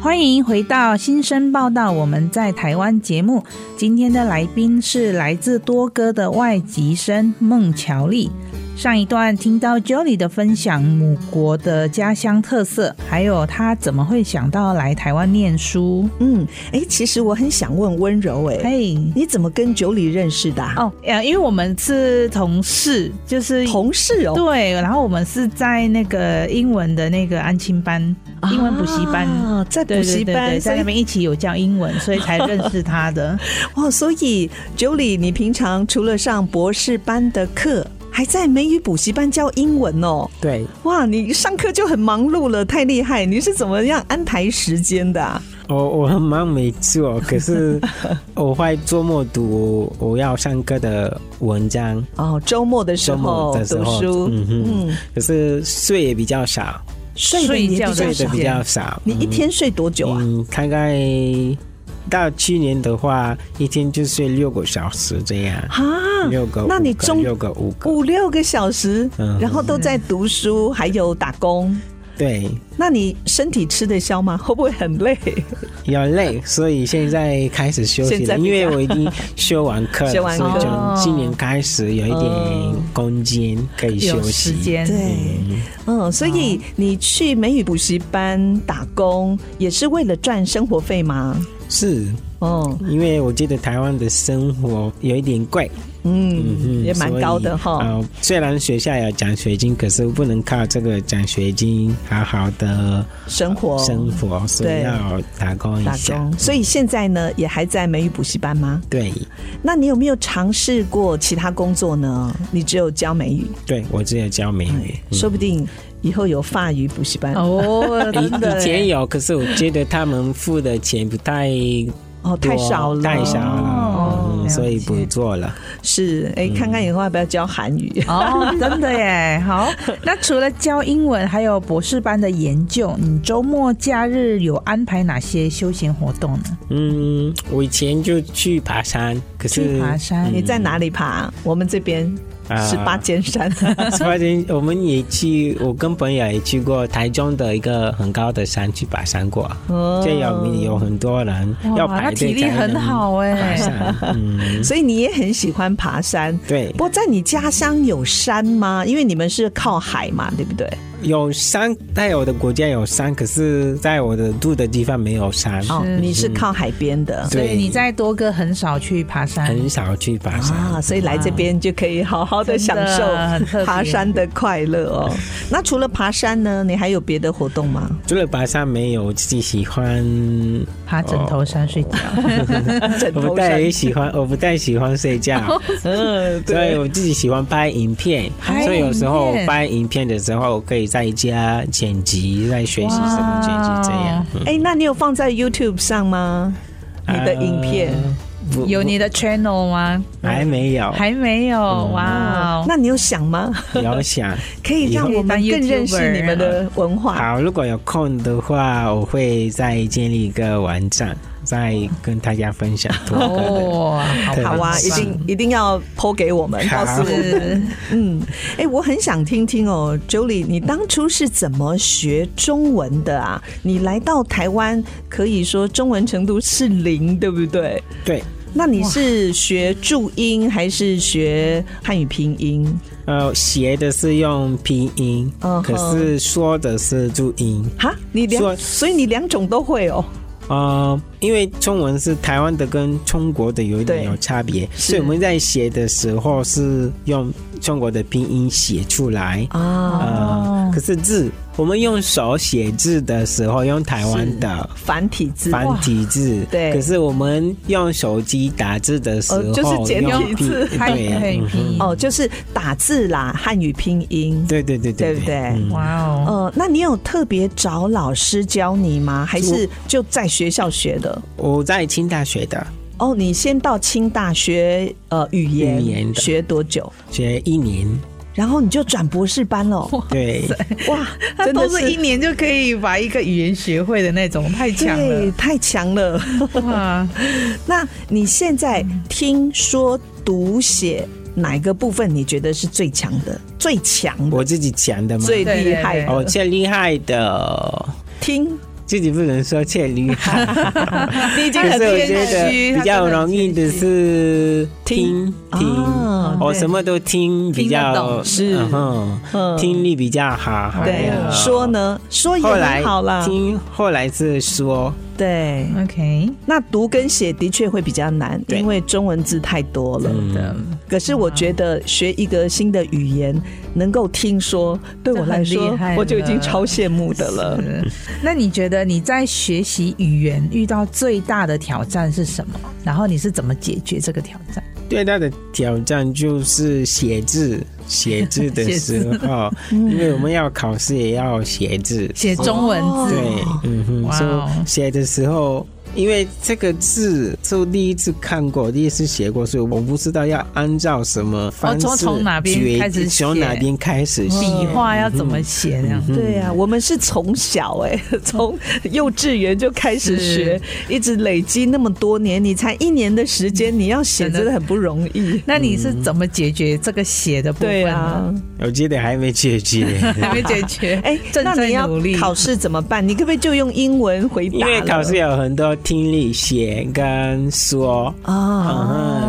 Speaker 6: 欢迎回到《新生报道》，我们在台湾节目。今天的来宾是来自多哥的外籍生孟乔丽。上一段听到 Jolie 的分享，母国的家乡特色，还有她怎么会想到来台湾念书？
Speaker 5: 嗯，哎，其实我很想问温柔，哎，
Speaker 6: 嘿，
Speaker 5: 你怎么跟九里认识的啊？
Speaker 6: 哦，呃，因为我们是同事，就是
Speaker 5: 同事哦，
Speaker 6: 对，然后我们是在那个英文的那个安亲班，英文补习班。
Speaker 5: 啊在补
Speaker 6: 对对
Speaker 5: 习
Speaker 6: 对
Speaker 5: 班，
Speaker 6: 对，
Speaker 5: 所
Speaker 6: 在那
Speaker 5: 以
Speaker 6: 边一起有教英文，所以才认识他 的。
Speaker 5: 哦，所以九里，你平常除了上博士班的课，还在美语补习班教英文哦。
Speaker 7: 对，
Speaker 5: 哇，你上课就很忙碌了，太厉害！你是怎么样安排时间的、啊？
Speaker 7: 我我很忙没错，可是我会周末读我我要上课的文章，
Speaker 5: 哦，周末的时
Speaker 7: 周
Speaker 5: 候
Speaker 7: 末的时
Speaker 5: 读
Speaker 7: 候，
Speaker 5: 书，
Speaker 7: 嗯哼，，
Speaker 5: 嗯
Speaker 7: 可是睡也比较少，
Speaker 5: 睡得也比较
Speaker 6: 睡觉
Speaker 5: 哦
Speaker 6: 的
Speaker 7: 睡
Speaker 5: 少
Speaker 7: 的比较少。
Speaker 5: 你一
Speaker 7: 嗯
Speaker 5: 天睡多久啊？
Speaker 7: 嗯，大概到去年的话，一天就睡六个小时这样，
Speaker 5: 啊，
Speaker 7: 六个，
Speaker 5: 那你
Speaker 7: 五个
Speaker 5: 中
Speaker 7: 六个五个，
Speaker 5: 五六个小时，
Speaker 7: 嗯
Speaker 5: 然后都在读书，还有打工。
Speaker 7: 对，
Speaker 5: 那你身体吃得消吗？会不会很累？
Speaker 7: 有累，所以现在开始休息
Speaker 5: 现在
Speaker 7: 了，
Speaker 5: 比较
Speaker 7: 因为我已经修完课
Speaker 5: 修完
Speaker 7: 了，
Speaker 5: 课
Speaker 7: 所以从今年开始有一
Speaker 5: 哦
Speaker 7: 点空间可以休
Speaker 6: 有时。
Speaker 7: 息
Speaker 6: 间，
Speaker 5: 对，嗯，所以你去美语补习班打工也是为了赚生活费吗？
Speaker 7: 是，
Speaker 5: 哦，
Speaker 7: 因为我觉得台湾的生活有一点怪，
Speaker 5: 嗯，也蛮高的哈、
Speaker 7: 啊、呃虽然学校有奖学金，可是不能靠这个奖学金好好的
Speaker 5: 生活
Speaker 7: 啊生活，所以
Speaker 5: 对
Speaker 7: 要打工一
Speaker 5: 打
Speaker 7: 下
Speaker 5: 工。。所以现在呢，也还在美语补习班吗？
Speaker 7: 对
Speaker 5: 那你有没有尝试过其他工作呢？你只有教美语，
Speaker 7: 对，我只有教美语。嗯
Speaker 5: 说不定以后有法语补习班欸哦
Speaker 6: 哦，
Speaker 7: 以
Speaker 6: 真的
Speaker 7: 以前
Speaker 6: 嘞
Speaker 7: 有，可是我觉得他们付的钱不太
Speaker 5: 哦太
Speaker 7: 多
Speaker 5: 少了，
Speaker 7: 啊太少了，
Speaker 6: 哦
Speaker 7: 嗯
Speaker 6: 了
Speaker 7: 所以不
Speaker 6: 解
Speaker 7: 做了。
Speaker 5: 是哎，看看以后要不要教韩语？
Speaker 6: 哦，真的耶！好，那除了教英文，还有博士班的研究，你周末、假日有安排哪些休闲活动呢？
Speaker 7: 嗯，我以前就去爬山，可是
Speaker 6: 去爬山
Speaker 5: 你在哪里爬？
Speaker 6: 嗯
Speaker 5: 我们这边
Speaker 7: 啊
Speaker 5: 十八尖山，
Speaker 7: 突然间，我们也去，我跟朋友也去过台中的一个很高的山去爬山过，
Speaker 5: 哦
Speaker 7: 这有名有很多人要
Speaker 6: 哇，
Speaker 7: 排
Speaker 6: 那
Speaker 7: 队
Speaker 6: 体力
Speaker 7: 才能
Speaker 6: 很好
Speaker 7: 爬
Speaker 6: 哎。
Speaker 7: 山。嗯，
Speaker 5: 所以你也很喜欢爬山。
Speaker 7: 对
Speaker 5: 不，过在你家乡有山吗？因为你们是靠海嘛，对不对？
Speaker 7: 有山，在我的国家有山，可是在我的住的地方没有山，
Speaker 5: 哦，
Speaker 6: 嗯
Speaker 5: 你是靠海边的
Speaker 7: 对哎
Speaker 6: 所以你在多哥很少去爬山，
Speaker 7: 很少去爬山。
Speaker 5: 啊，所以来这边就可以好好的享
Speaker 6: 很特
Speaker 5: 受
Speaker 6: 别
Speaker 5: 爬山的快乐哦。那除了爬山呢，你还有别的活动吗？
Speaker 7: 除了爬山，没有我自己喜欢，
Speaker 6: 爬枕头山睡觉。
Speaker 7: 哦
Speaker 5: 枕
Speaker 7: 我不
Speaker 5: 头
Speaker 7: 太
Speaker 5: 山，
Speaker 7: 也喜欢， 我不太喜欢睡觉。
Speaker 5: 嗯，
Speaker 7: 所以
Speaker 5: 对，
Speaker 7: 我自己喜欢拍影片，
Speaker 6: 拍
Speaker 7: 所以有时候
Speaker 6: 影片
Speaker 7: 拍影片的时候，我可以在家剪辑，在学习什么剪辑这样。嗯
Speaker 5: 哎，那你有放在 YouTube 上吗？你的影片，
Speaker 7: 呃不
Speaker 6: 有你的 channel 吗？
Speaker 7: 不还没有，
Speaker 6: 还没有，
Speaker 7: 嗯
Speaker 6: 哇 哦！
Speaker 5: 那你有想吗？
Speaker 7: 有想
Speaker 5: 可以让
Speaker 6: 以后
Speaker 5: 我们
Speaker 6: 当
Speaker 5: 更认
Speaker 6: YouTuber 啊
Speaker 5: 识你们的文化。
Speaker 7: 好。如果有空的话，我会再建立一个网站，再跟大家分享多个的。
Speaker 6: 哦，
Speaker 7: 对
Speaker 5: 好啊，
Speaker 7: 很
Speaker 5: 一定一定要剖给我们，告诉我们。
Speaker 6: 是
Speaker 5: 嗯，哎、我很想听听哦，Jolie，你当初是怎么学中文的啊？你来到台湾，可以说中文程度是零，对不对？
Speaker 7: 对，
Speaker 5: 那你是学注音还是学汉语拼音？
Speaker 7: 呃，写的是用拼音
Speaker 5: 嗯哼
Speaker 7: 可是说的是注音。
Speaker 5: 哈，你两，
Speaker 7: 说
Speaker 5: 所以你两种都会哦。
Speaker 7: 呃，因为中文是台湾的跟中国的有一点
Speaker 5: 对
Speaker 7: 有差别，
Speaker 5: 是
Speaker 7: 所以我们在写的时候是用中国的拼音写出来。
Speaker 5: 啊，
Speaker 7: 呃，可是字，我们用手写字的时候用台湾的
Speaker 5: 繁体字，
Speaker 7: 繁体字，
Speaker 5: 对
Speaker 7: 可是我们用手机打字的时候，
Speaker 5: 哦就是简体
Speaker 7: 用
Speaker 5: 字
Speaker 7: 拼
Speaker 6: 太
Speaker 7: 对，
Speaker 6: 配
Speaker 7: 嗯
Speaker 6: 拼
Speaker 5: 哦，就是打字啦，汉语拼音。
Speaker 7: 对对对
Speaker 5: 对
Speaker 7: 对
Speaker 5: 不对
Speaker 7: 嗯
Speaker 6: 哇哦！
Speaker 5: 呃，那你有特别找老师教你吗？还是就在学校学的？
Speaker 7: 我在清大学的，
Speaker 5: 哦，你先到清大学呃语言
Speaker 7: 语言的
Speaker 5: 学多久？
Speaker 7: 学一年，
Speaker 5: 然后你就转博士班 了，
Speaker 7: 对，
Speaker 5: 哇，真的
Speaker 6: 都是一年就可以把一个语言学会的那种，太强
Speaker 5: 对，
Speaker 6: 了
Speaker 5: 太强了。
Speaker 6: 哇！
Speaker 5: 那你现在听说读写哪一个部分你觉得是最强的？最强的，
Speaker 7: 我自己讲的嘛。
Speaker 5: 最厉害
Speaker 6: 对对
Speaker 5: 的？
Speaker 7: 哦，最厉害的，
Speaker 5: 听，
Speaker 7: 自己不能说最厉害，
Speaker 5: 你已经
Speaker 7: 可
Speaker 5: 很
Speaker 7: 是我
Speaker 5: 厉
Speaker 7: 觉
Speaker 5: 害
Speaker 7: 得比较容易的是听
Speaker 5: 他真的很谦虚
Speaker 7: 听
Speaker 5: 啊，
Speaker 7: 我
Speaker 6: 对
Speaker 7: 什么都听比
Speaker 6: 听得
Speaker 7: 较
Speaker 6: 懂
Speaker 5: 是
Speaker 7: 嗯
Speaker 5: 嗯
Speaker 7: 哼，听力比较好。
Speaker 6: 哎
Speaker 5: 对
Speaker 7: 还有，
Speaker 5: 说呢，说也
Speaker 7: 后来
Speaker 5: 很好啦。
Speaker 7: 听后来是说，
Speaker 5: 对，
Speaker 6: OK，
Speaker 5: 那读跟写的确会比较难，
Speaker 7: 对
Speaker 5: 因为中文字太多了。
Speaker 6: 嗯
Speaker 5: 可是我觉得学一个新的语言，能够听说，对我来
Speaker 6: 这很
Speaker 5: 说
Speaker 6: 厉害，了
Speaker 5: 我就已经超羡慕的了。
Speaker 6: 是嗯 那你觉得你在学习语言遇到最大的挑战是什么？然后你是怎么解决这个挑战？
Speaker 7: 最大的挑战就是写字，写字的
Speaker 6: 写
Speaker 7: 时
Speaker 6: 字
Speaker 7: 候，因为我们要考试也要写字，
Speaker 6: 写中文字，
Speaker 7: 对，嗯哼，
Speaker 6: 哇
Speaker 7: 所
Speaker 6: 哦
Speaker 7: 以写的时候，因为这个字是我第一次看过，第一次写过，所以我不知道要按照什么方式
Speaker 6: 哦从从哪边
Speaker 7: 决
Speaker 6: 开始写嗯
Speaker 7: 从哪边开始
Speaker 5: 哦
Speaker 7: 写
Speaker 6: 笔画要怎么写这样？
Speaker 5: 对
Speaker 6: 嗯
Speaker 5: 呀、啊，我们是从小 哎、从幼稚园就开始学，一直累积那么多年，你才一年的时间，你要写
Speaker 6: 真的
Speaker 5: 真的很不容易。
Speaker 6: 那你是怎么解决这个写嗯的部分
Speaker 5: 对
Speaker 6: 呢？。
Speaker 5: 啊，
Speaker 7: 我记得还没解决
Speaker 6: 还没解决，
Speaker 5: 哎、
Speaker 6: 正
Speaker 5: 那
Speaker 6: 在
Speaker 5: 你要
Speaker 6: 努力。
Speaker 5: 考试怎么办？你可不可以就用英文回答
Speaker 7: 因
Speaker 5: 了？
Speaker 7: 为考试有很多听力写跟说。
Speaker 5: 啊
Speaker 7: 嗯
Speaker 6: 哦，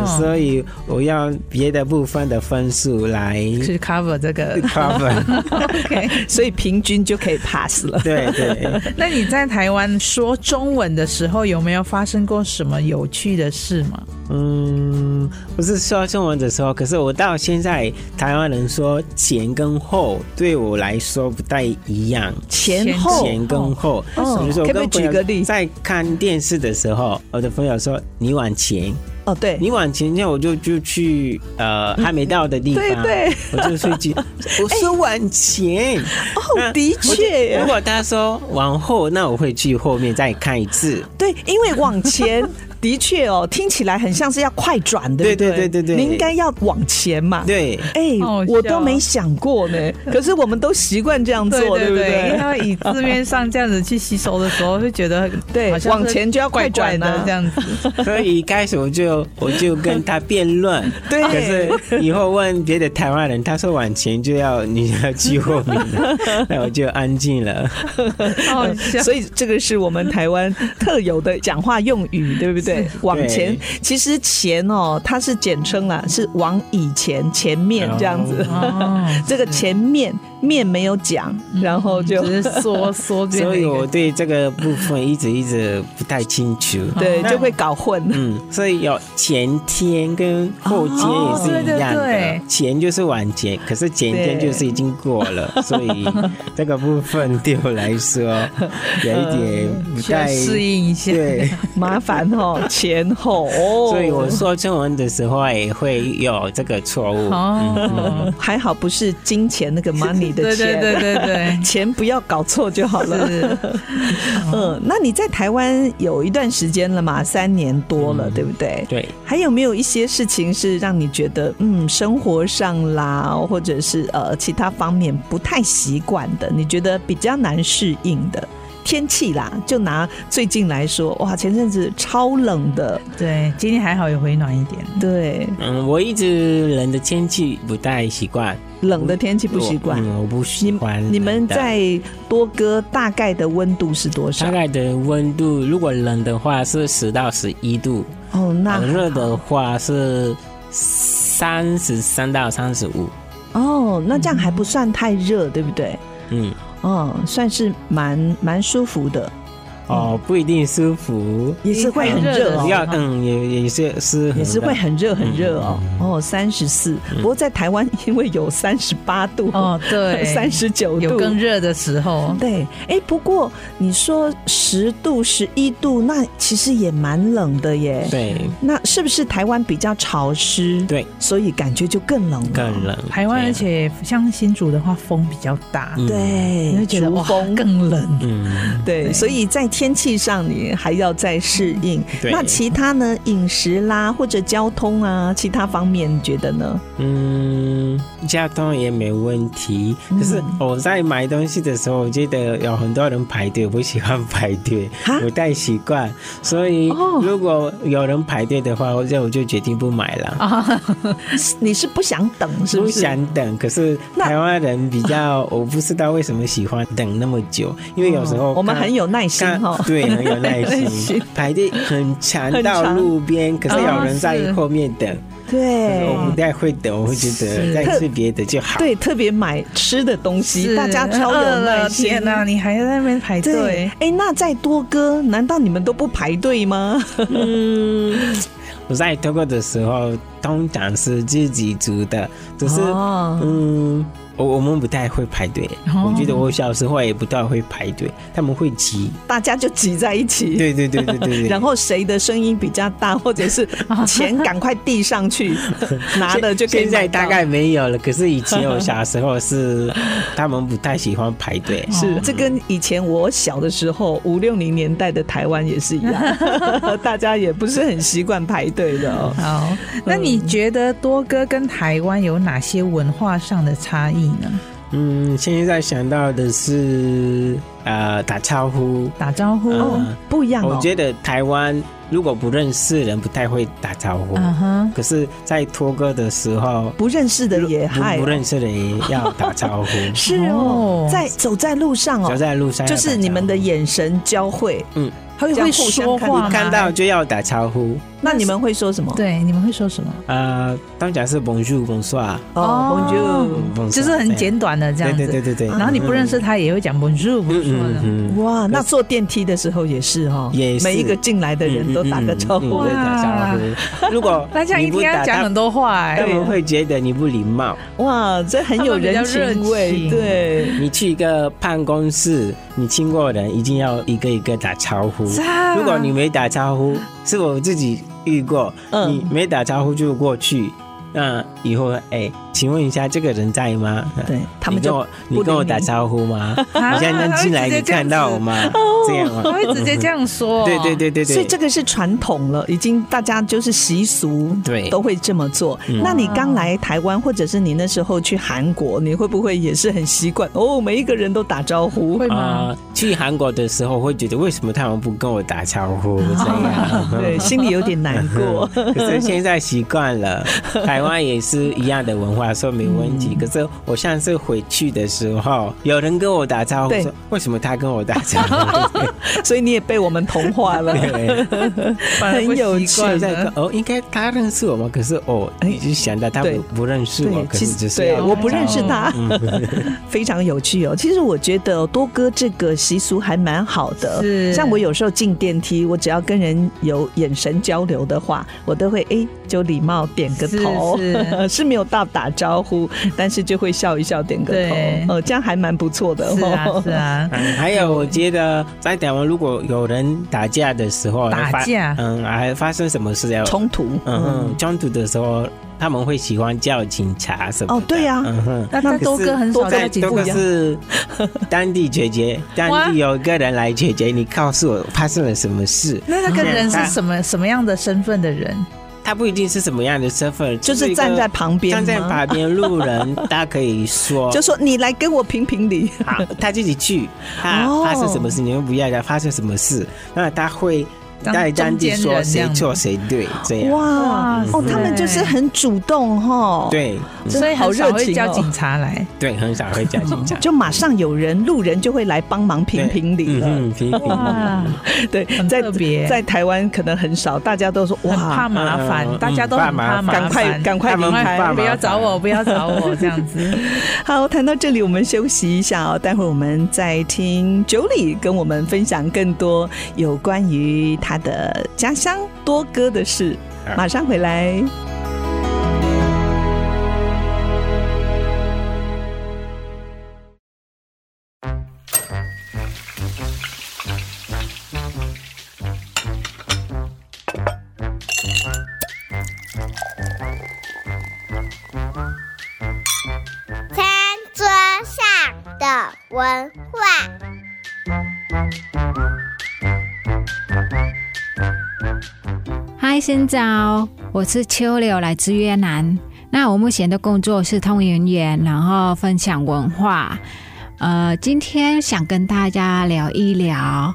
Speaker 7: 哼，所以我要别的部分的分数来
Speaker 6: 去 cover 这个
Speaker 7: cover。
Speaker 6: OK。
Speaker 5: 所以平均就可以 pass 了。
Speaker 7: 对对，
Speaker 6: 那你在台湾说中文的时候，有没有发生过什么有趣的事吗？
Speaker 7: 嗯，不是说中文的时候，可是我到现在台湾人说前跟后，对我来说不太一样。
Speaker 5: 前
Speaker 6: 前
Speaker 5: 后
Speaker 7: 前跟后，
Speaker 5: 哦
Speaker 7: 比如说我
Speaker 5: 可不可以
Speaker 7: 跟朋
Speaker 5: 举个
Speaker 7: 友
Speaker 5: 例
Speaker 7: 在看电视的时候，我的朋友说你往前，
Speaker 5: 哦，对，
Speaker 7: 你往前，那我就就去呃还没到的地方，
Speaker 5: 对对，哎
Speaker 7: 我就 去举，我说往前。
Speaker 5: 哦，的确
Speaker 7: 如
Speaker 5: 耶，
Speaker 7: 果他说往后，那我会去后面再看一次。
Speaker 5: 对，因为往 前的确哦，听起来很像是要快转，对不对
Speaker 7: 对对对对对
Speaker 5: 你应该要往前嘛。
Speaker 7: 对，
Speaker 5: 哎、
Speaker 6: 好好笑啊
Speaker 5: 我都没想过 呢，可是我们都习惯这样做，
Speaker 6: 对
Speaker 5: 不
Speaker 6: 因为他们以字面上这样子去吸收的 时候，会觉得
Speaker 5: 对
Speaker 6: 好像是
Speaker 5: 往前就要快
Speaker 6: 怪怪
Speaker 5: 转啊
Speaker 6: 的这样 子。
Speaker 7: 所以一开始我就我就跟他辩 论，
Speaker 5: 对
Speaker 7: 可是以后问别的台湾人，他说往前就要你要去后面了， 那我就安静了。
Speaker 6: 好哦 笑
Speaker 5: 所以这个是我们台湾特有的讲话用语，对不对？往前
Speaker 7: 对，
Speaker 5: 其实前哦，它是简称啦，是往以前、前面这样子。
Speaker 6: 哦，
Speaker 5: 这个前面面没有讲，
Speaker 7: 嗯
Speaker 5: 然后 就
Speaker 6: 只是缩缩变
Speaker 7: 所
Speaker 6: 了
Speaker 7: 以
Speaker 6: 一个
Speaker 7: 我对这个部分一直一直不太清楚。
Speaker 6: 哦
Speaker 5: 对
Speaker 7: 那
Speaker 5: 就会搞混。
Speaker 7: 嗯，所以有前天跟后天
Speaker 6: 哦
Speaker 7: 也是一样的，
Speaker 6: 对对对
Speaker 7: 前就是往前，可是前天
Speaker 5: 对
Speaker 7: 就是已经过了，所以这个部分对我来 说有一点不
Speaker 6: 需要
Speaker 7: 太
Speaker 6: 适应一下。
Speaker 7: 对，
Speaker 5: 麻烦哦，前后哦。
Speaker 7: 所以我说中文的时候也会有这个错误。
Speaker 6: 哦，
Speaker 5: 还好不是金钱那个 money 的
Speaker 6: 对对
Speaker 5: 钱，，
Speaker 6: 对对对
Speaker 5: 钱不要搞错就好了。
Speaker 6: 是
Speaker 5: 嗯，那你在台湾有一段时间了嘛，三年多了，
Speaker 7: 嗯
Speaker 5: 对不对？
Speaker 7: 对，
Speaker 5: 还有没有一些事情是让你觉得，嗯，生活上啦，或者是呃其他方面不太习惯的，你觉得比较难适应的？天气啦，就拿最近来说，哇，前阵子超冷的，
Speaker 6: 对，今天还好有回暖一点。
Speaker 5: 对，
Speaker 7: 嗯，我一直人的天气不太习惯，
Speaker 5: 冷的天气不习惯
Speaker 7: 我。嗯，我嗯不
Speaker 5: 你
Speaker 7: 喜欢冷的。
Speaker 5: 你们在多哥大概的温度是多少
Speaker 7: 大？概的温度，如果冷的话是十到十一度，
Speaker 5: 哦，那
Speaker 7: 呃热的话是三十三到三十五。
Speaker 5: 哦，那这样还不算太热，对不对？
Speaker 7: 嗯，
Speaker 5: 哦，算是蛮蛮舒服的，
Speaker 7: 哦，不一定舒服，
Speaker 5: 也是嗯会很
Speaker 6: 很
Speaker 5: 热
Speaker 6: 热
Speaker 5: 哦
Speaker 6: 的。
Speaker 7: 要嗯也也是是很
Speaker 5: 也是会
Speaker 7: 冷
Speaker 5: 很热很热哦，
Speaker 7: 嗯
Speaker 5: 哦，三十四。不过在台湾，因为有三十八度，
Speaker 6: 哦，对，
Speaker 5: 三十九
Speaker 6: 有
Speaker 5: 度，
Speaker 6: 更热的时候。
Speaker 5: 对。哎，不过你说十度、十一度，那其实也蛮冷的耶。
Speaker 7: 对
Speaker 5: 那是不是台湾比较潮湿？
Speaker 7: 对，
Speaker 5: 所以感觉就更冷了。
Speaker 7: 更冷。
Speaker 6: 台湾，
Speaker 7: 对
Speaker 6: 而且像新竹的话，风比较大，
Speaker 7: 嗯
Speaker 5: 对，
Speaker 6: 你会觉得
Speaker 5: 竹
Speaker 6: 哇
Speaker 5: 风
Speaker 6: 更冷。
Speaker 7: 嗯，
Speaker 5: 对，
Speaker 6: 对
Speaker 5: 所以在天气上你还要再适应。
Speaker 7: 对
Speaker 5: 那其他呢？饮食啦，或者交通啊，其他方面你觉得呢？
Speaker 7: 嗯，交通也没问题。
Speaker 5: 嗯
Speaker 7: 可是我在买东西的时候，我记得有很多人排队，我不喜欢排队
Speaker 5: 哈，
Speaker 7: 不太习惯。所以
Speaker 5: 哦
Speaker 7: 如果有人排队的话，我就我就决定不买了。
Speaker 5: 你是不想等啊是
Speaker 7: 不
Speaker 5: 不是？
Speaker 7: 想等，可是
Speaker 5: 那
Speaker 7: 台湾人比较，我不知道为什么喜欢等那么久，因为有时候
Speaker 5: 哦我们
Speaker 7: 看
Speaker 5: 很有耐心哦
Speaker 7: 看
Speaker 5: 哈、
Speaker 7: 对，很有 耐心，排队很长
Speaker 5: 很
Speaker 7: 到
Speaker 5: 长
Speaker 7: 路边，可是
Speaker 6: 哦
Speaker 7: 有人在
Speaker 6: 是
Speaker 7: 后面等，
Speaker 5: 对
Speaker 7: 我不太会等，我会觉得再吃别的就好。
Speaker 5: 对，特别买吃的东西，
Speaker 6: 是
Speaker 5: 大家超有
Speaker 6: 饿
Speaker 5: 耐
Speaker 6: 了
Speaker 5: 心
Speaker 6: 天。哪、你还在那边排
Speaker 5: 对
Speaker 6: 队，，
Speaker 5: 哎，那在多哥，难道你们都不排队吗？
Speaker 7: 嗯，我在德国的时候，通常是自己煮的，只是、
Speaker 5: 哦
Speaker 7: 嗯，我我们不太会排队。
Speaker 6: 哦
Speaker 7: 我觉得我小时候也不太会排队，他们会急。
Speaker 5: 大家就挤在一起。
Speaker 7: 对对对对对对。
Speaker 5: 然后谁的声音比较大，或者是 钱赶快递上 去，拿了就可以
Speaker 7: 现在
Speaker 5: 买到
Speaker 7: 大概没有了，可是以前我小时候是他们不太喜欢排队。
Speaker 5: 是，这跟以前我小的时候五六零年代的台湾也是一 样，大家也不是很习惯排队的哦。
Speaker 6: 好，那你觉得多哥跟台湾有哪些文化上的差异呢？
Speaker 7: 嗯，现在想到的是呃打招呼。
Speaker 6: 打招呼，
Speaker 7: 嗯
Speaker 5: 不一样
Speaker 7: 我
Speaker 5: 哦，
Speaker 7: 觉得台湾如果不认识人，不太会打招呼。
Speaker 6: 嗯哼，
Speaker 7: 可是，在托哥的时候，
Speaker 5: 不认识的也
Speaker 7: 不
Speaker 5: 害
Speaker 7: 不
Speaker 5: 哦
Speaker 7: 认识的也要打招呼，
Speaker 5: 是哦
Speaker 6: 哦，
Speaker 5: 在走在路上
Speaker 7: 走
Speaker 5: 哦，
Speaker 7: 在路上要
Speaker 5: 就
Speaker 7: 打招呼
Speaker 5: 是你们的眼神交汇，
Speaker 7: 嗯，
Speaker 6: 他
Speaker 5: 这样
Speaker 6: 会
Speaker 5: 互相
Speaker 6: 说
Speaker 5: 看
Speaker 6: 话吗？
Speaker 5: 对
Speaker 7: 看到就要打招呼，
Speaker 5: 那你们会说什么？
Speaker 6: 对，你们会说什么？
Speaker 7: 呃，当然是 bonjour bonsoir，
Speaker 5: 哦
Speaker 6: 哦
Speaker 7: bonsoir，
Speaker 6: 就是很简短的这
Speaker 7: 对
Speaker 6: 样
Speaker 7: 对
Speaker 6: 子。
Speaker 7: 对对对，
Speaker 6: 然后你不认识他，也会讲 bonjour
Speaker 7: 嗯，嗯
Speaker 6: bonjour
Speaker 7: 嗯
Speaker 6: 的。
Speaker 7: 嗯
Speaker 5: bonjour，哇，那坐电梯的时候也是哈，
Speaker 7: 也是
Speaker 5: 每一个进来的人都打个招
Speaker 7: 嗯嗯嗯嗯
Speaker 5: 呼
Speaker 7: 嗯。对打招呼。如果
Speaker 6: 那这样一
Speaker 7: 你不
Speaker 6: 天要
Speaker 7: 打
Speaker 6: 讲
Speaker 7: 他
Speaker 6: 很多话哎、
Speaker 7: 他们会觉得你不礼貌。
Speaker 5: 哇，这很有人情
Speaker 6: 他们
Speaker 5: 味，
Speaker 6: 比较热情
Speaker 5: 嗯对，
Speaker 7: 你去一个办公室，你经过人一定要一个一个打招呼。
Speaker 5: 啊
Speaker 6: 啊
Speaker 7: 如果你没打招呼，是我自己遇过，
Speaker 5: 嗯
Speaker 7: 你没打招呼就过去，那以后哎，请问一下这个人在吗？
Speaker 5: 对他们
Speaker 7: 你跟
Speaker 5: 就
Speaker 7: 我你跟我打招呼吗？
Speaker 5: 啊
Speaker 7: 你现在进来你看到我
Speaker 6: 吗？
Speaker 7: 吗？这样吗啊
Speaker 6: 他？会直接这样说。
Speaker 7: 对对对对
Speaker 5: 哦
Speaker 7: 对，
Speaker 5: 所以这个是传统了，已经大家就是习俗，
Speaker 7: 对
Speaker 5: 都会这么做。
Speaker 7: 嗯
Speaker 5: 那你刚来台湾，或者是你那时候去韩国，你会不会也是很习惯？哦，每一个人都打招呼，
Speaker 6: 会吗？
Speaker 7: 啊，去韩国的时候会觉得为什么他们不跟我打招呼这样？
Speaker 5: 对，心里有点难过。
Speaker 7: 可是现在习惯 了，台湾也是一样的文化，说没问
Speaker 5: 嗯
Speaker 7: 题。可是我上次回去的时候，有人跟我打招呼
Speaker 5: 对
Speaker 7: 说，为什么他跟我打招 呼？
Speaker 5: 所以你也被我们同化了。
Speaker 7: 对
Speaker 6: 反而不
Speaker 5: 很有
Speaker 6: 习
Speaker 5: 趣
Speaker 6: 惯
Speaker 7: 现在
Speaker 6: 了
Speaker 7: 看哦，应该他认识我吗？可是哦，一直想到他
Speaker 5: 哎对
Speaker 7: 不不认识我，
Speaker 5: 对，
Speaker 7: 可
Speaker 5: 其
Speaker 7: 是
Speaker 5: 实
Speaker 7: 只是
Speaker 5: 对
Speaker 7: 要
Speaker 5: 我不认识他，
Speaker 7: 嗯
Speaker 5: 非常有趣哦。其实我觉得多哥这个习俗还蛮好的，
Speaker 6: 是
Speaker 5: 像我有时候进电梯，我只要跟人有眼神交流的话，我都会哎、就礼貌点个头，
Speaker 6: 是是
Speaker 5: 没有到打招呼，但是就会笑一笑点个
Speaker 6: 对
Speaker 5: 头，呃，这样还蛮不错的、哦。
Speaker 6: 是啊是啊，
Speaker 7: 嗯还有，我觉得在台湾，如果有人打架的时候，
Speaker 6: 打
Speaker 7: 发
Speaker 6: 架
Speaker 7: 嗯，还发生什么事了？
Speaker 5: 冲突，
Speaker 7: 嗯
Speaker 5: 嗯
Speaker 7: 哼，，冲突的时候，他们会喜欢叫警察什么的。
Speaker 5: 哦对呀
Speaker 7: 嗯哼。
Speaker 6: 那那多哥很少
Speaker 7: 在
Speaker 6: 在警
Speaker 7: 这
Speaker 6: 察
Speaker 7: 个是当地 解决，当地有个人来解决。你告诉我发生了什么事？
Speaker 6: 那那个人是什么什么样的身份的人？
Speaker 5: 嗯
Speaker 7: 他不一定是什么样的身份，
Speaker 5: 就是
Speaker 7: 一个
Speaker 5: 站在旁边
Speaker 7: 站在
Speaker 5: 吗
Speaker 7: 旁边路人，他可以 说，
Speaker 5: 就说你来跟我评评理，
Speaker 7: 好，他自己去，他
Speaker 5: 哦
Speaker 7: 发生什么事，你们不要讲发生什么事，那他会
Speaker 6: 当
Speaker 7: 在当地
Speaker 6: 中间
Speaker 7: 说
Speaker 6: 人这
Speaker 7: 谁
Speaker 6: 样
Speaker 7: 错谁对，这样
Speaker 5: 哇
Speaker 6: 哇，
Speaker 5: 哦，他们就是很主动哦，，
Speaker 7: 对
Speaker 6: 所以
Speaker 5: 好
Speaker 6: 很
Speaker 5: 热
Speaker 6: 少会
Speaker 5: 情
Speaker 6: 叫
Speaker 5: 哦
Speaker 6: 警。察来。
Speaker 7: 对，很少会叫警 察。
Speaker 5: 就马上有人路人就会来帮忙评
Speaker 7: 对
Speaker 5: 评理了，
Speaker 7: 嗯嗯评评理。
Speaker 6: 哇，
Speaker 5: 对，
Speaker 6: 很
Speaker 5: 在
Speaker 6: 特别
Speaker 5: 嗯在台湾可能很少，大家都说
Speaker 6: 很怕
Speaker 5: 哇，
Speaker 6: 麻
Speaker 7: 嗯
Speaker 6: 烦，
Speaker 7: 嗯
Speaker 6: 大家都
Speaker 7: 怕
Speaker 6: 很
Speaker 7: 麻
Speaker 6: 怕
Speaker 7: 烦
Speaker 6: 麻
Speaker 5: 赶快
Speaker 6: 烦
Speaker 5: 赶快
Speaker 7: 他
Speaker 5: 离
Speaker 7: 们
Speaker 5: 开。
Speaker 7: 怕麻烦
Speaker 6: 不要找我，不要找我这 样子。嗯
Speaker 5: 好，谈到这里，我们休息一下哦，待会儿我们再听九里跟我们分享更多有关于他的家乡多哥的事，马上回来。
Speaker 8: 餐桌上的文化。
Speaker 9: 嗨，新早，我是秋柳，来自越南。那我目前的工作是通云员，然后分享文化。呃，今天想跟大家聊一聊，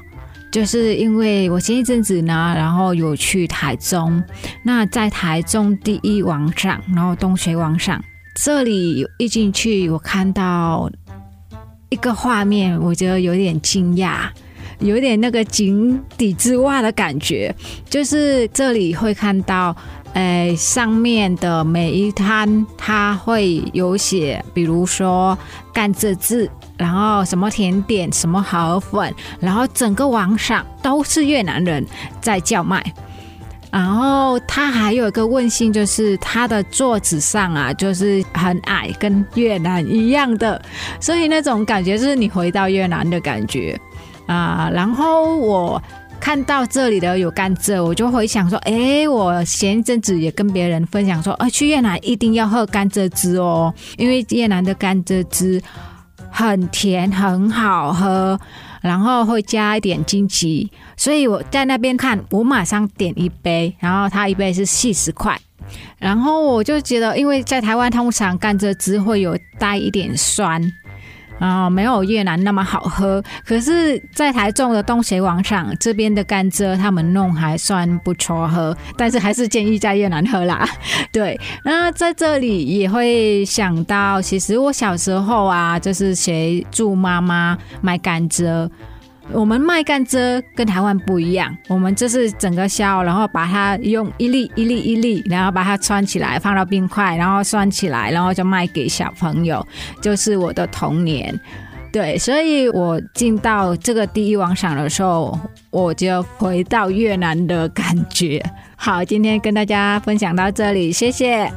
Speaker 9: 就是因为我前一阵子呢，然后有去台中，那在台中第一广场，然后东学广场这里一进去，我看到一个画面，我觉得有点惊讶，有点那个井底之蛙的感觉。就是这里会看到，呃，上面的每一摊它会有写，比如说甘蔗汁，然后什么甜点，什么河粉，然后整个网上都是越南人在叫卖。然后它还有一个问性，就是它的桌子上啊，就是很矮，跟越南一样的，所以那种感觉就是你回到越南的感觉啊、然后我看到这里的有甘蔗，哦我就回想说，诶，我前一阵子也跟别人分享说，啊，去越南一定要喝甘蔗汁哦，因为越南的甘蔗汁很甜，很好喝，然后会加一点荆棘，所以我在那边看，我马上点一杯，然后它一杯是四十块。然后我就觉得，因为在台湾通常甘蔗汁会有带一点酸，啊、没有越南那么好喝。可是，在台中的东协广场这边的甘蔗，他们弄还算不错喝，但是还是建议在越南喝啦。 对，那在这里也会想到，其实我小时候啊，就是谁助妈妈买甘蔗。我们麦干蔗跟台湾不一样，我们这是整个削，然后把它用一粒一粒一粒，然后把它穿起来，放到冰块，然后拴起来，然后就卖给小朋友。就是我的童年，对，所以我进到这个第一王赏的时候，我就回到越南的感觉。好，今天跟大家分享到这里，谢谢。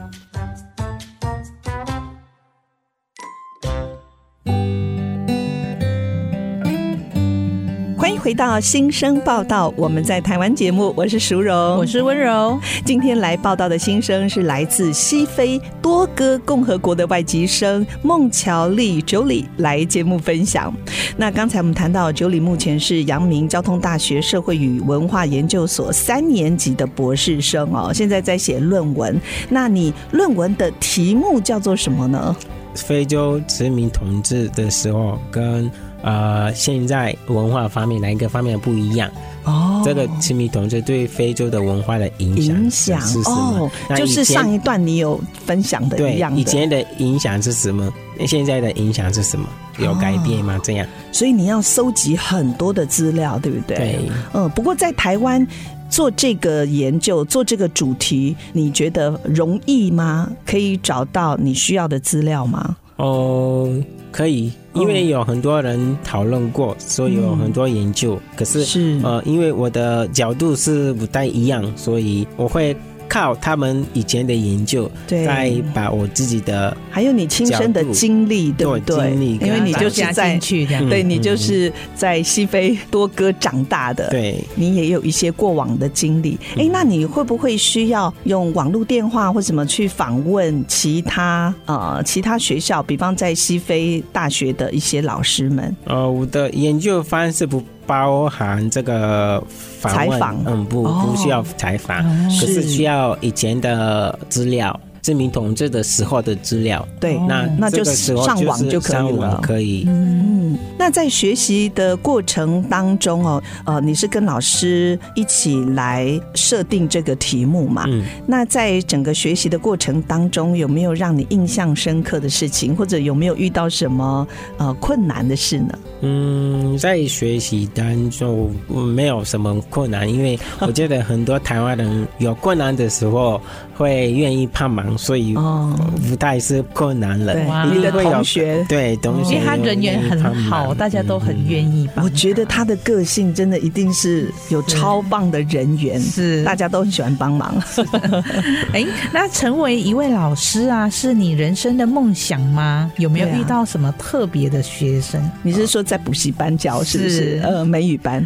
Speaker 5: 欢迎回到新生报道，我们在台湾节目，我是淑荣，
Speaker 6: 我是温柔。
Speaker 5: 今天来报道的新生是来自西非多哥共和国的外籍生孟乔丽九里来节目分享。那刚才我们谈到九里目前是阳明交通大学社会与文化研究所三年级的博士生哦，现在在写论文。那你论文的题目叫做什么呢？
Speaker 7: 非洲殖民统治的时候跟。呃，现在文化方面哪一个方面不一样？
Speaker 5: 哦，
Speaker 7: 这个殖民统治对非洲的文化的影响
Speaker 5: 影响
Speaker 7: 是什么？
Speaker 5: 哦，就是上一段你有分享的
Speaker 7: 对
Speaker 5: 一样
Speaker 7: 以
Speaker 5: 的，
Speaker 7: 前的影响是什么？现在的影响是什么？有改变
Speaker 5: 哦
Speaker 7: 吗？这样
Speaker 5: 所以你要搜集很多的资料，对不对？
Speaker 7: 对，
Speaker 5: 嗯，不过在台湾做这个研究、做这个主题，你觉得容易吗？可以找到你需要的资料吗？
Speaker 7: 哦，可以，因为有很多人讨论过，所以有
Speaker 5: 嗯
Speaker 7: 很多研究，可是
Speaker 5: 是
Speaker 7: 呃，因为我的角度是不太一样，所以我会靠他们以前的研究，再
Speaker 5: 对，
Speaker 7: 把我自己的
Speaker 5: 还有你亲身的
Speaker 7: 角度
Speaker 5: 经历，对不
Speaker 7: 对
Speaker 5: 对？
Speaker 7: 经历跟
Speaker 5: 因为你
Speaker 7: 大
Speaker 5: 就
Speaker 6: 加
Speaker 5: 是
Speaker 6: 进
Speaker 5: 在，
Speaker 6: 去这样。
Speaker 7: 嗯
Speaker 5: 对你就是在西非多哥长大的，
Speaker 7: 对。
Speaker 5: 你也有一些过往的经历，哎，那你会不会需要用网络电话或什么去访问其他呃其他学校，比方在西非大学的一些老师们？
Speaker 7: 呃，我的研究方式不包含这个访
Speaker 5: 采
Speaker 7: 问
Speaker 5: 访
Speaker 7: 嗯，不
Speaker 5: 哦
Speaker 7: 不需要采访，
Speaker 6: 哦
Speaker 7: 可是
Speaker 5: 是
Speaker 7: 需要以前的资料，殖民统治的时候的资料。
Speaker 5: 对，
Speaker 6: 哦
Speaker 7: 那
Speaker 5: 那
Speaker 7: 这
Speaker 5: 就
Speaker 7: 个时候
Speaker 5: 上网
Speaker 7: 是
Speaker 5: 就可以
Speaker 7: 上网
Speaker 5: 了
Speaker 7: 可以。
Speaker 5: 嗯，那在学习的过程当中哦，呃，你是跟老师一起来设定这个题目嘛？
Speaker 7: 嗯，
Speaker 5: 那在整个学习的过程当中，有没有让你印象深刻的事情，或者有没有遇到什么呃困难的事呢？
Speaker 7: 嗯，在学习当中我没有什么困难，因为我觉得很多台湾人有困难的时候会愿意帮忙，所以
Speaker 5: 哦，
Speaker 7: 不太是困难了。
Speaker 5: 对
Speaker 6: 哇，
Speaker 7: 一
Speaker 5: 你的
Speaker 7: 定会有
Speaker 5: 同学
Speaker 7: 对，同学
Speaker 6: 因为他人缘
Speaker 7: 愿意帮
Speaker 6: 很好，
Speaker 7: 忙
Speaker 6: 大家都
Speaker 7: 嗯
Speaker 6: 很愿意吧
Speaker 5: 我？觉得他的个性真的一定是有超棒的人缘，
Speaker 6: 是
Speaker 5: 大家都很喜欢帮忙。
Speaker 6: 哎，那成为一位老师啊，是你人生的梦想吗？有没有
Speaker 5: 对啊
Speaker 6: 遇到什么特别的学生？
Speaker 5: 你是说在补习班教是不是
Speaker 6: 是？
Speaker 5: 呃，美语班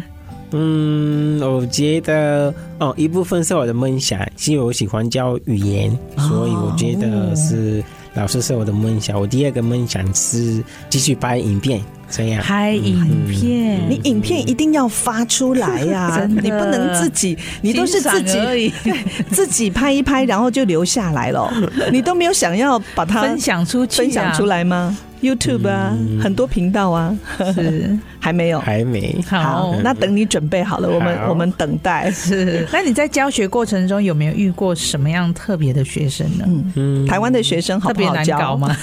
Speaker 7: 嗯，我觉得哦，一部分是我的梦想，是因为我喜欢教语言，
Speaker 6: 哦
Speaker 7: 所以我觉得是、老师是我的梦想。我第二个梦想是继续拍影片，这样。
Speaker 6: 拍影片，
Speaker 5: 你影片一定要发出来呀、
Speaker 6: 嗯 真的
Speaker 5: 你不能自己，你都是自
Speaker 6: 欣赏而
Speaker 5: 己
Speaker 6: 已
Speaker 5: 自己拍一拍，然后就留下来 了，你都没有想要把它
Speaker 6: 分享出去、啊，
Speaker 5: 分享出来吗？YouTube 啊，
Speaker 7: 嗯
Speaker 5: 很多频道啊，
Speaker 6: 是
Speaker 5: 还没有。
Speaker 7: 还没，
Speaker 6: 好。
Speaker 5: 那等你准备好了，我们
Speaker 7: 好
Speaker 5: 我们等待。
Speaker 6: 是，那你在教学过程中有没有遇过什么样特别的学生呢？
Speaker 5: 嗯，
Speaker 7: 嗯，
Speaker 5: 台湾的学生好
Speaker 6: 特
Speaker 5: 不
Speaker 6: 别
Speaker 5: 好
Speaker 6: 难
Speaker 5: 教？
Speaker 6: 搞吗？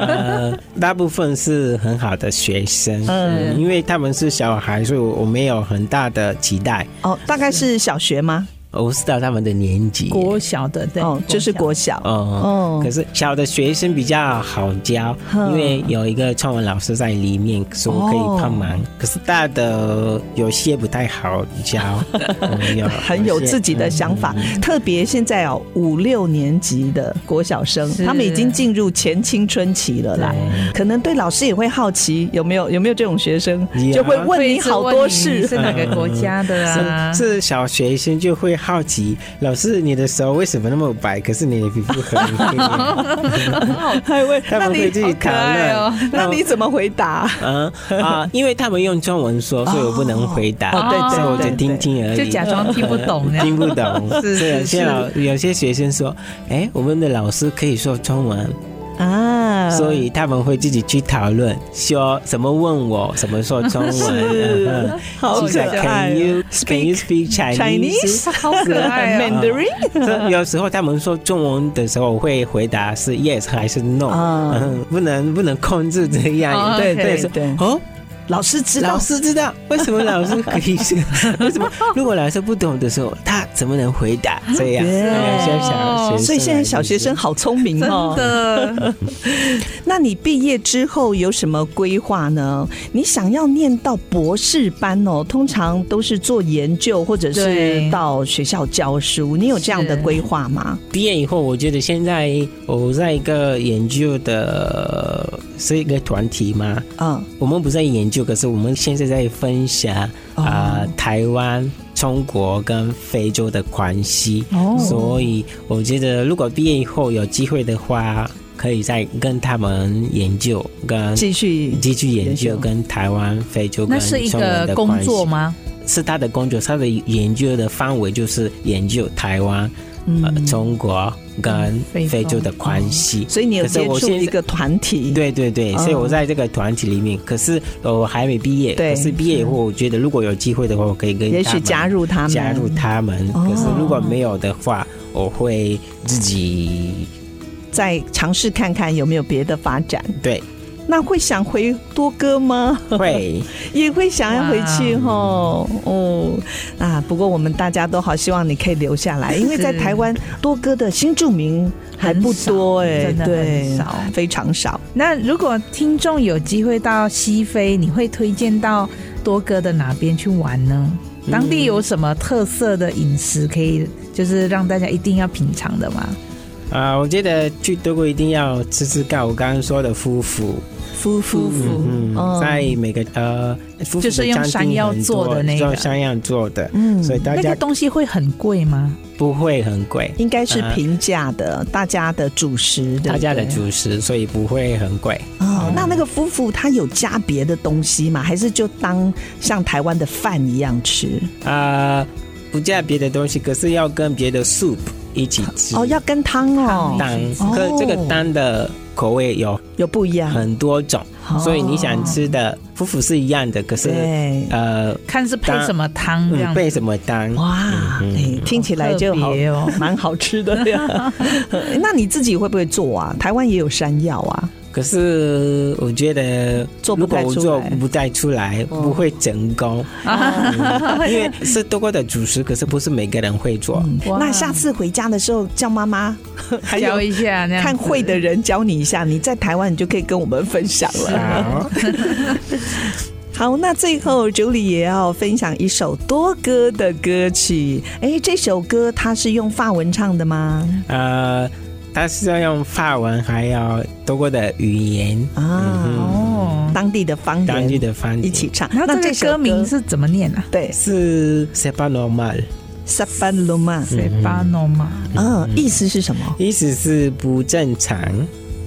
Speaker 7: 呃， 大部分是很好的学生，嗯，因为他们是小孩，所以我我没有很大的期待。
Speaker 5: 哦，大概是小学吗？
Speaker 7: 我知道他们的年纪，
Speaker 6: 国小的 对，
Speaker 5: 哦，就是
Speaker 6: 小
Speaker 5: 国小。
Speaker 7: 哦，
Speaker 5: 哦
Speaker 7: 可，是小的学生比较好教，
Speaker 5: 嗯
Speaker 7: 因为有一个创文老师在里面，所以我可以帮
Speaker 5: 哦
Speaker 7: 忙。可是大的有些不太好教， 嗯有
Speaker 5: 很有自己的想法，
Speaker 7: 嗯
Speaker 5: 特别现在哦，五六年级的国小生，
Speaker 6: 是
Speaker 5: 他们已经进入前青春期了啦，可能对老师也会好奇，有没有有没有这种学生
Speaker 7: 有
Speaker 5: 就会问
Speaker 6: 会
Speaker 5: 你
Speaker 6: 一直
Speaker 5: 好
Speaker 6: 问
Speaker 5: 多
Speaker 6: 你
Speaker 5: 事
Speaker 6: 是，哪个国家的 啊？
Speaker 7: 嗯是是小学生就会好奇，老师你的手为什么那么白？可是你的皮肤很黑，
Speaker 5: 还会
Speaker 7: 他
Speaker 5: 那
Speaker 7: 们会
Speaker 5: 你
Speaker 7: 自己讨
Speaker 6: 哎
Speaker 7: 论。
Speaker 5: 那你怎么回答？
Speaker 7: 嗯 啊，因为他们用中文说，所以我不能回答。
Speaker 5: 哦哦对对
Speaker 7: 所以我
Speaker 5: 对
Speaker 7: 就听听而已，
Speaker 6: 就假装听不懂这样
Speaker 7: 听不 懂。
Speaker 6: 是是
Speaker 7: 所
Speaker 6: 是
Speaker 7: 以有些老有些学生说，哎，我们的老师可以说中文，
Speaker 5: 啊，
Speaker 7: 所以他们会自己去讨论，说怎么问我，怎么说 中文。嗯哼
Speaker 5: 好
Speaker 7: 其
Speaker 5: 可
Speaker 7: 实
Speaker 5: 爱
Speaker 7: Can
Speaker 5: 哦。
Speaker 7: you can you speak Chinese？
Speaker 5: Chinese
Speaker 6: 好可爱哦
Speaker 5: Mandarin
Speaker 7: 所以有时候他们说中文的时候，我会回答是 yes 还是 no，
Speaker 5: 啊
Speaker 7: 嗯不能不能控制这样。
Speaker 6: 哦
Speaker 5: 对
Speaker 6: OK
Speaker 5: 对
Speaker 7: 是
Speaker 5: 对，
Speaker 7: 哦，
Speaker 5: 老师知道
Speaker 7: 老，师知道为什么老师可以 是？为什么如果老师不懂的时候，他怎么能回答？这样，
Speaker 5: 对啊
Speaker 7: 嗯像小学生
Speaker 5: 所以现在小学生
Speaker 7: 来
Speaker 5: 好聪明哦。
Speaker 6: 的，
Speaker 5: 那你毕业之后有什么规划呢？你想要念到博士班哦，通常都是做研究或者是
Speaker 6: 对
Speaker 5: 到学校教书，你有这样的
Speaker 6: 是
Speaker 5: 规划吗？
Speaker 7: 就是，毕业以后，我觉得现在我在一个研究的是一个团体嘛，
Speaker 5: 嗯，
Speaker 7: 我们不在研究，可是我们现在在分享
Speaker 5: 哦
Speaker 7: 啊、呃台湾、中国跟非洲的关系。
Speaker 6: 哦，
Speaker 7: 所以我觉得，如果毕业以后有机会的话，可以再跟他们研究，跟
Speaker 5: 继续
Speaker 7: 继续研
Speaker 5: 研究
Speaker 7: 究跟台湾、非洲
Speaker 6: 那
Speaker 7: 跟
Speaker 6: 是一
Speaker 7: 中文
Speaker 6: 个
Speaker 7: 的
Speaker 6: 工
Speaker 7: 关系
Speaker 6: 作？吗？
Speaker 7: 是他的工作，他的研究的范围就是研究台湾、
Speaker 5: 嗯
Speaker 7: 呃、中国跟
Speaker 6: 非
Speaker 7: 非洲
Speaker 6: 洲
Speaker 7: 的关系。
Speaker 5: 嗯所以你有
Speaker 7: 可是
Speaker 5: 接
Speaker 7: 我
Speaker 5: 触
Speaker 7: 现在
Speaker 5: 一个团体，，
Speaker 7: 对对对，
Speaker 5: 嗯
Speaker 7: 所以我在这个团体里面，可是呃我还没毕业。
Speaker 5: 对
Speaker 7: 可是毕业以后，我觉得如果有机会的话，我可以跟
Speaker 5: 也
Speaker 7: 他
Speaker 5: 许
Speaker 7: 们
Speaker 5: 加入他们，
Speaker 7: 加入他们。
Speaker 5: 哦
Speaker 7: 可是如果没有的话，我会自己
Speaker 5: 再尝试看看有没有别的发展。
Speaker 7: 对
Speaker 5: 那会想回多哥吗？
Speaker 7: 会
Speaker 5: 也会想要回去吼哦啊！不过我们大家都好希望你可以留下来，因为在台湾多哥的新住民还不多哎、
Speaker 6: 很少真的
Speaker 5: 对
Speaker 6: 很，少
Speaker 5: 非常少。
Speaker 6: 那如果听众有机会到西非，你会推荐到多哥的哪边去玩呢？
Speaker 5: 嗯
Speaker 6: 当地有什么特色的饮食可以，就是让大家一定要品尝的吗？
Speaker 7: 啊、我觉得去德国一定要吃吃看我刚刚说的夫妇，
Speaker 5: 夫夫妇，
Speaker 7: 嗯，
Speaker 5: 哦
Speaker 7: 在每个呃夫妇
Speaker 6: 就是用山药做的那个
Speaker 7: 用山药做的，
Speaker 5: 嗯，
Speaker 7: 所以大
Speaker 6: 那
Speaker 7: 家
Speaker 6: 个东西会很贵吗？
Speaker 7: 不会很贵，
Speaker 5: 应该是
Speaker 7: 呃
Speaker 5: 平价的，大家的主食，对不对
Speaker 7: 大家的主食，所以不会很贵。
Speaker 5: 哦。那那个夫妇他有加别的东西吗？还是就当像台湾的饭一样吃？
Speaker 7: 啊、不加别的东西，可是要跟别的 soup 一起吃。
Speaker 5: 哦，要跟汤哦，
Speaker 7: 蛋
Speaker 5: 哦，
Speaker 7: 可这个蛋的口味有
Speaker 5: 有不一样，
Speaker 7: 很多种，所以你想吃的夫妇是一样的，可是
Speaker 5: 对。
Speaker 7: 呃，
Speaker 6: 看是配什么汤这
Speaker 7: 嗯，
Speaker 6: 样。
Speaker 7: 备什么单？
Speaker 5: 哇，
Speaker 7: 嗯
Speaker 5: 哎，听起来就好
Speaker 6: 好特别哦
Speaker 5: 蛮好吃的呀。 那你自己会不会做啊？台湾也有山药啊，
Speaker 7: 可是我觉得，
Speaker 5: 做不
Speaker 7: 如果
Speaker 5: 太
Speaker 7: 我
Speaker 5: 出
Speaker 7: 做
Speaker 5: 来。哦
Speaker 7: 不带出来，不会成功，
Speaker 5: 啊
Speaker 7: 嗯因为是多国的主食，可是不是每个人会做。
Speaker 6: 哇
Speaker 5: 那下次回家的时候叫妈 妈，还有
Speaker 6: 教一下那样
Speaker 5: 看
Speaker 6: 子
Speaker 5: 会的人教你一下，你在台湾你就可以跟我们分享
Speaker 7: 啊
Speaker 5: 了。
Speaker 7: 好，
Speaker 5: 好，那最后九里也要分享一首多歌的歌曲。哎，这首歌它是用法文唱的吗？
Speaker 7: 呃，它是要用法文，还要多国的语言，
Speaker 5: 啊，
Speaker 6: 哦。
Speaker 5: 当地的方
Speaker 7: 当地
Speaker 5: 言
Speaker 7: 的方言
Speaker 5: 一起唱。
Speaker 6: 那这个
Speaker 5: 首
Speaker 6: 歌名是怎么念啊？
Speaker 5: 对
Speaker 7: 是 c'est pas normal，
Speaker 5: s a p a n l o m a
Speaker 6: 塞巴诺吗？
Speaker 5: 嗯，意思是什么？
Speaker 7: 意思是不正常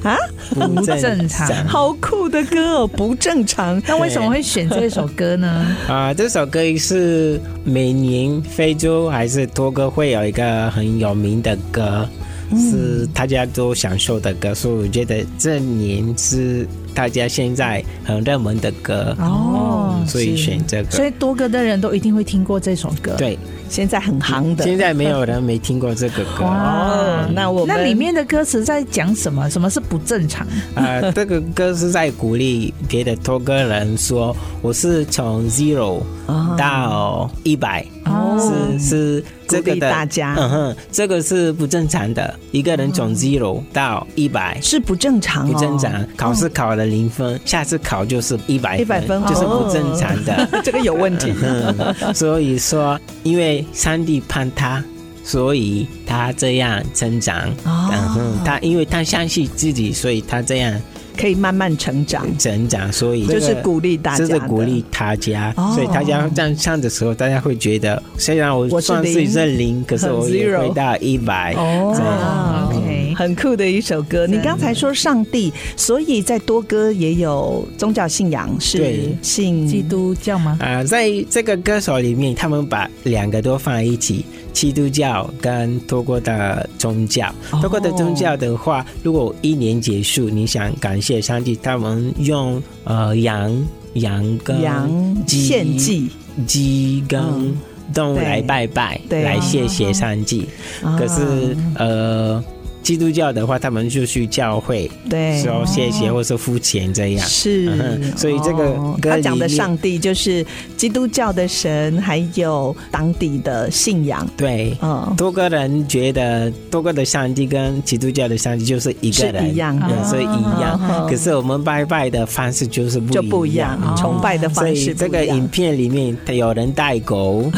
Speaker 5: 啊，
Speaker 7: 不
Speaker 6: 正
Speaker 7: 正
Speaker 6: 常
Speaker 5: 好酷的歌哦，不正常。
Speaker 6: 那为什么会选这首歌呢？
Speaker 7: 啊、这首歌是每年非洲还是多哥会有一个很有名的歌，
Speaker 5: 嗯
Speaker 7: 是大家都享受的歌，所以我觉得这年是大家现在很热门的歌，
Speaker 6: 哦，
Speaker 7: 所以
Speaker 6: 是
Speaker 7: 选这
Speaker 6: 所
Speaker 7: 个。
Speaker 6: 以多歌的人都一定会听过这首歌。
Speaker 7: 对，
Speaker 5: 现在很行的
Speaker 7: 现在没有人没听过这个歌啊、
Speaker 5: 哦
Speaker 6: 哇，
Speaker 5: 那我们
Speaker 6: 那里面的歌词在讲什么？什么是不正常？
Speaker 7: 呃这个歌是在鼓励别的多哥人说，我是从 zero
Speaker 5: 啊
Speaker 7: 到一百、
Speaker 5: 哦，
Speaker 7: 是是这
Speaker 5: 鼓
Speaker 7: 个
Speaker 5: 励
Speaker 7: 的
Speaker 5: 大家
Speaker 7: 嗯哼，这个是不正常的。一个人从 zero 到一百
Speaker 5: 是不正常、哦，
Speaker 7: 不正常，考试考了零分，下次考就是一百
Speaker 5: 100分
Speaker 7: 就是
Speaker 5: 哦
Speaker 7: 不正常 的。
Speaker 5: 这个有问题。
Speaker 7: 嗯，所以说，因为上帝判他，所以他这样成长。
Speaker 5: 哦
Speaker 7: 嗯哼，他因为他相信自己，所以他这样
Speaker 5: 可以慢慢成长，
Speaker 7: 成长，所以、
Speaker 5: 就是鼓励大家
Speaker 7: 这
Speaker 5: 的
Speaker 7: 是鼓励大家，
Speaker 5: 哦
Speaker 7: 所以大家这样唱的时候，大家会觉得，虽然我
Speaker 5: 我是
Speaker 7: 算是
Speaker 5: 零
Speaker 7: 认零，可是
Speaker 5: 很
Speaker 7: 我也
Speaker 5: zero
Speaker 7: 会到一百。
Speaker 6: 哦
Speaker 7: 这
Speaker 5: 哦
Speaker 7: 样
Speaker 6: ，OK，
Speaker 5: 很酷的一首歌。
Speaker 7: 嗯
Speaker 5: 你刚才说上帝，所以在多哥也有宗教信仰，是
Speaker 7: 对
Speaker 5: 信
Speaker 6: 基。督教吗？
Speaker 7: 啊、在这个歌手里面，他们把两个都放在一起，基督教跟多国的宗教。
Speaker 5: 哦
Speaker 7: 多国的宗教的话，如果一年结束，你想感谢上帝，他们用呃羊、羊跟
Speaker 5: 羊
Speaker 7: 鸡
Speaker 5: 献祭，
Speaker 7: 鸡跟
Speaker 5: 嗯
Speaker 7: 动物
Speaker 5: 对
Speaker 7: 来拜拜，
Speaker 5: 对
Speaker 7: 来谢谢上帝。
Speaker 5: 啊
Speaker 7: 可是呃，基督教的话，他们就去教会
Speaker 5: 啊对，
Speaker 7: 说谢谢或是付钱这样。
Speaker 5: 哎是
Speaker 7: 嗯，哼 所以这个
Speaker 5: 哦
Speaker 7: 歌
Speaker 5: 他
Speaker 7: 里
Speaker 5: 讲的
Speaker 7: 面
Speaker 5: 上帝就是基督教的神，还有当地的信仰，
Speaker 7: 对，
Speaker 5: 嗯，
Speaker 7: 多个人觉得多个的上帝跟基督教的上帝就是一个
Speaker 5: 是
Speaker 7: 人
Speaker 5: 一样的
Speaker 7: 嗯，所以一
Speaker 5: 哦
Speaker 7: 样。可是我们拜拜的方式就是不
Speaker 5: 就不一
Speaker 7: 一
Speaker 5: 样
Speaker 7: 样，，哦
Speaker 5: 崇拜的
Speaker 7: 所
Speaker 5: 方
Speaker 7: 以
Speaker 5: 式
Speaker 7: 这
Speaker 5: 不
Speaker 7: 个
Speaker 5: 一
Speaker 7: 影
Speaker 5: 样。哦
Speaker 7: 片里面，有人带狗，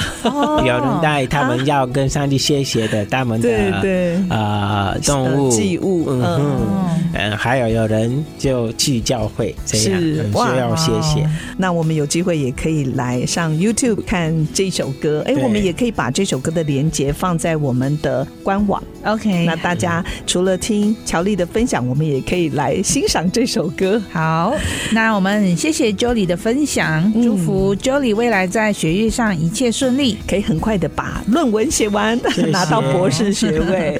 Speaker 7: 有人带他们要跟上帝谢谢的他们
Speaker 5: 对
Speaker 7: 的
Speaker 5: 对，
Speaker 7: 呃啊动物
Speaker 5: 呃祭物
Speaker 7: 嗯
Speaker 5: 嗯
Speaker 7: 哼，嗯，还有有人就去教会这样
Speaker 5: 是
Speaker 7: 嗯
Speaker 5: 哇
Speaker 7: 需要谢谢，
Speaker 5: 那我们有机会也可以来上 YouTube 看这首歌，哎，
Speaker 7: 对
Speaker 5: 我们也可以把这首歌的连接放在我们的官网。
Speaker 6: OK，
Speaker 5: 那大家除了听乔丽的分享，我们也可以来欣赏这首歌。
Speaker 6: 好，那我们很谢谢 Jolie 的分享，
Speaker 5: 嗯
Speaker 6: 祝福 Jolie 未来在学业上一切顺利。
Speaker 5: 可以很快的把论文写完，拿到博士学 位。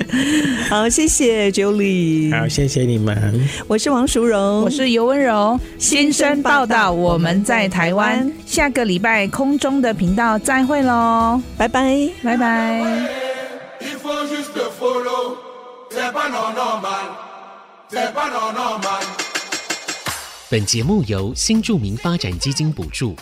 Speaker 5: 好，谢谢 Julie，
Speaker 7: 好，谢谢你们。
Speaker 5: 我是王淑荣，
Speaker 6: 我是尤温柔，新生报道，我们在台湾，下个礼拜空中的频道再会喽，
Speaker 5: 拜拜。
Speaker 6: 拜拜。
Speaker 10: Il faut juste follow. C'est pas non normal. C'est pas non normal.
Speaker 11: 本节目由新著名发展基金补助，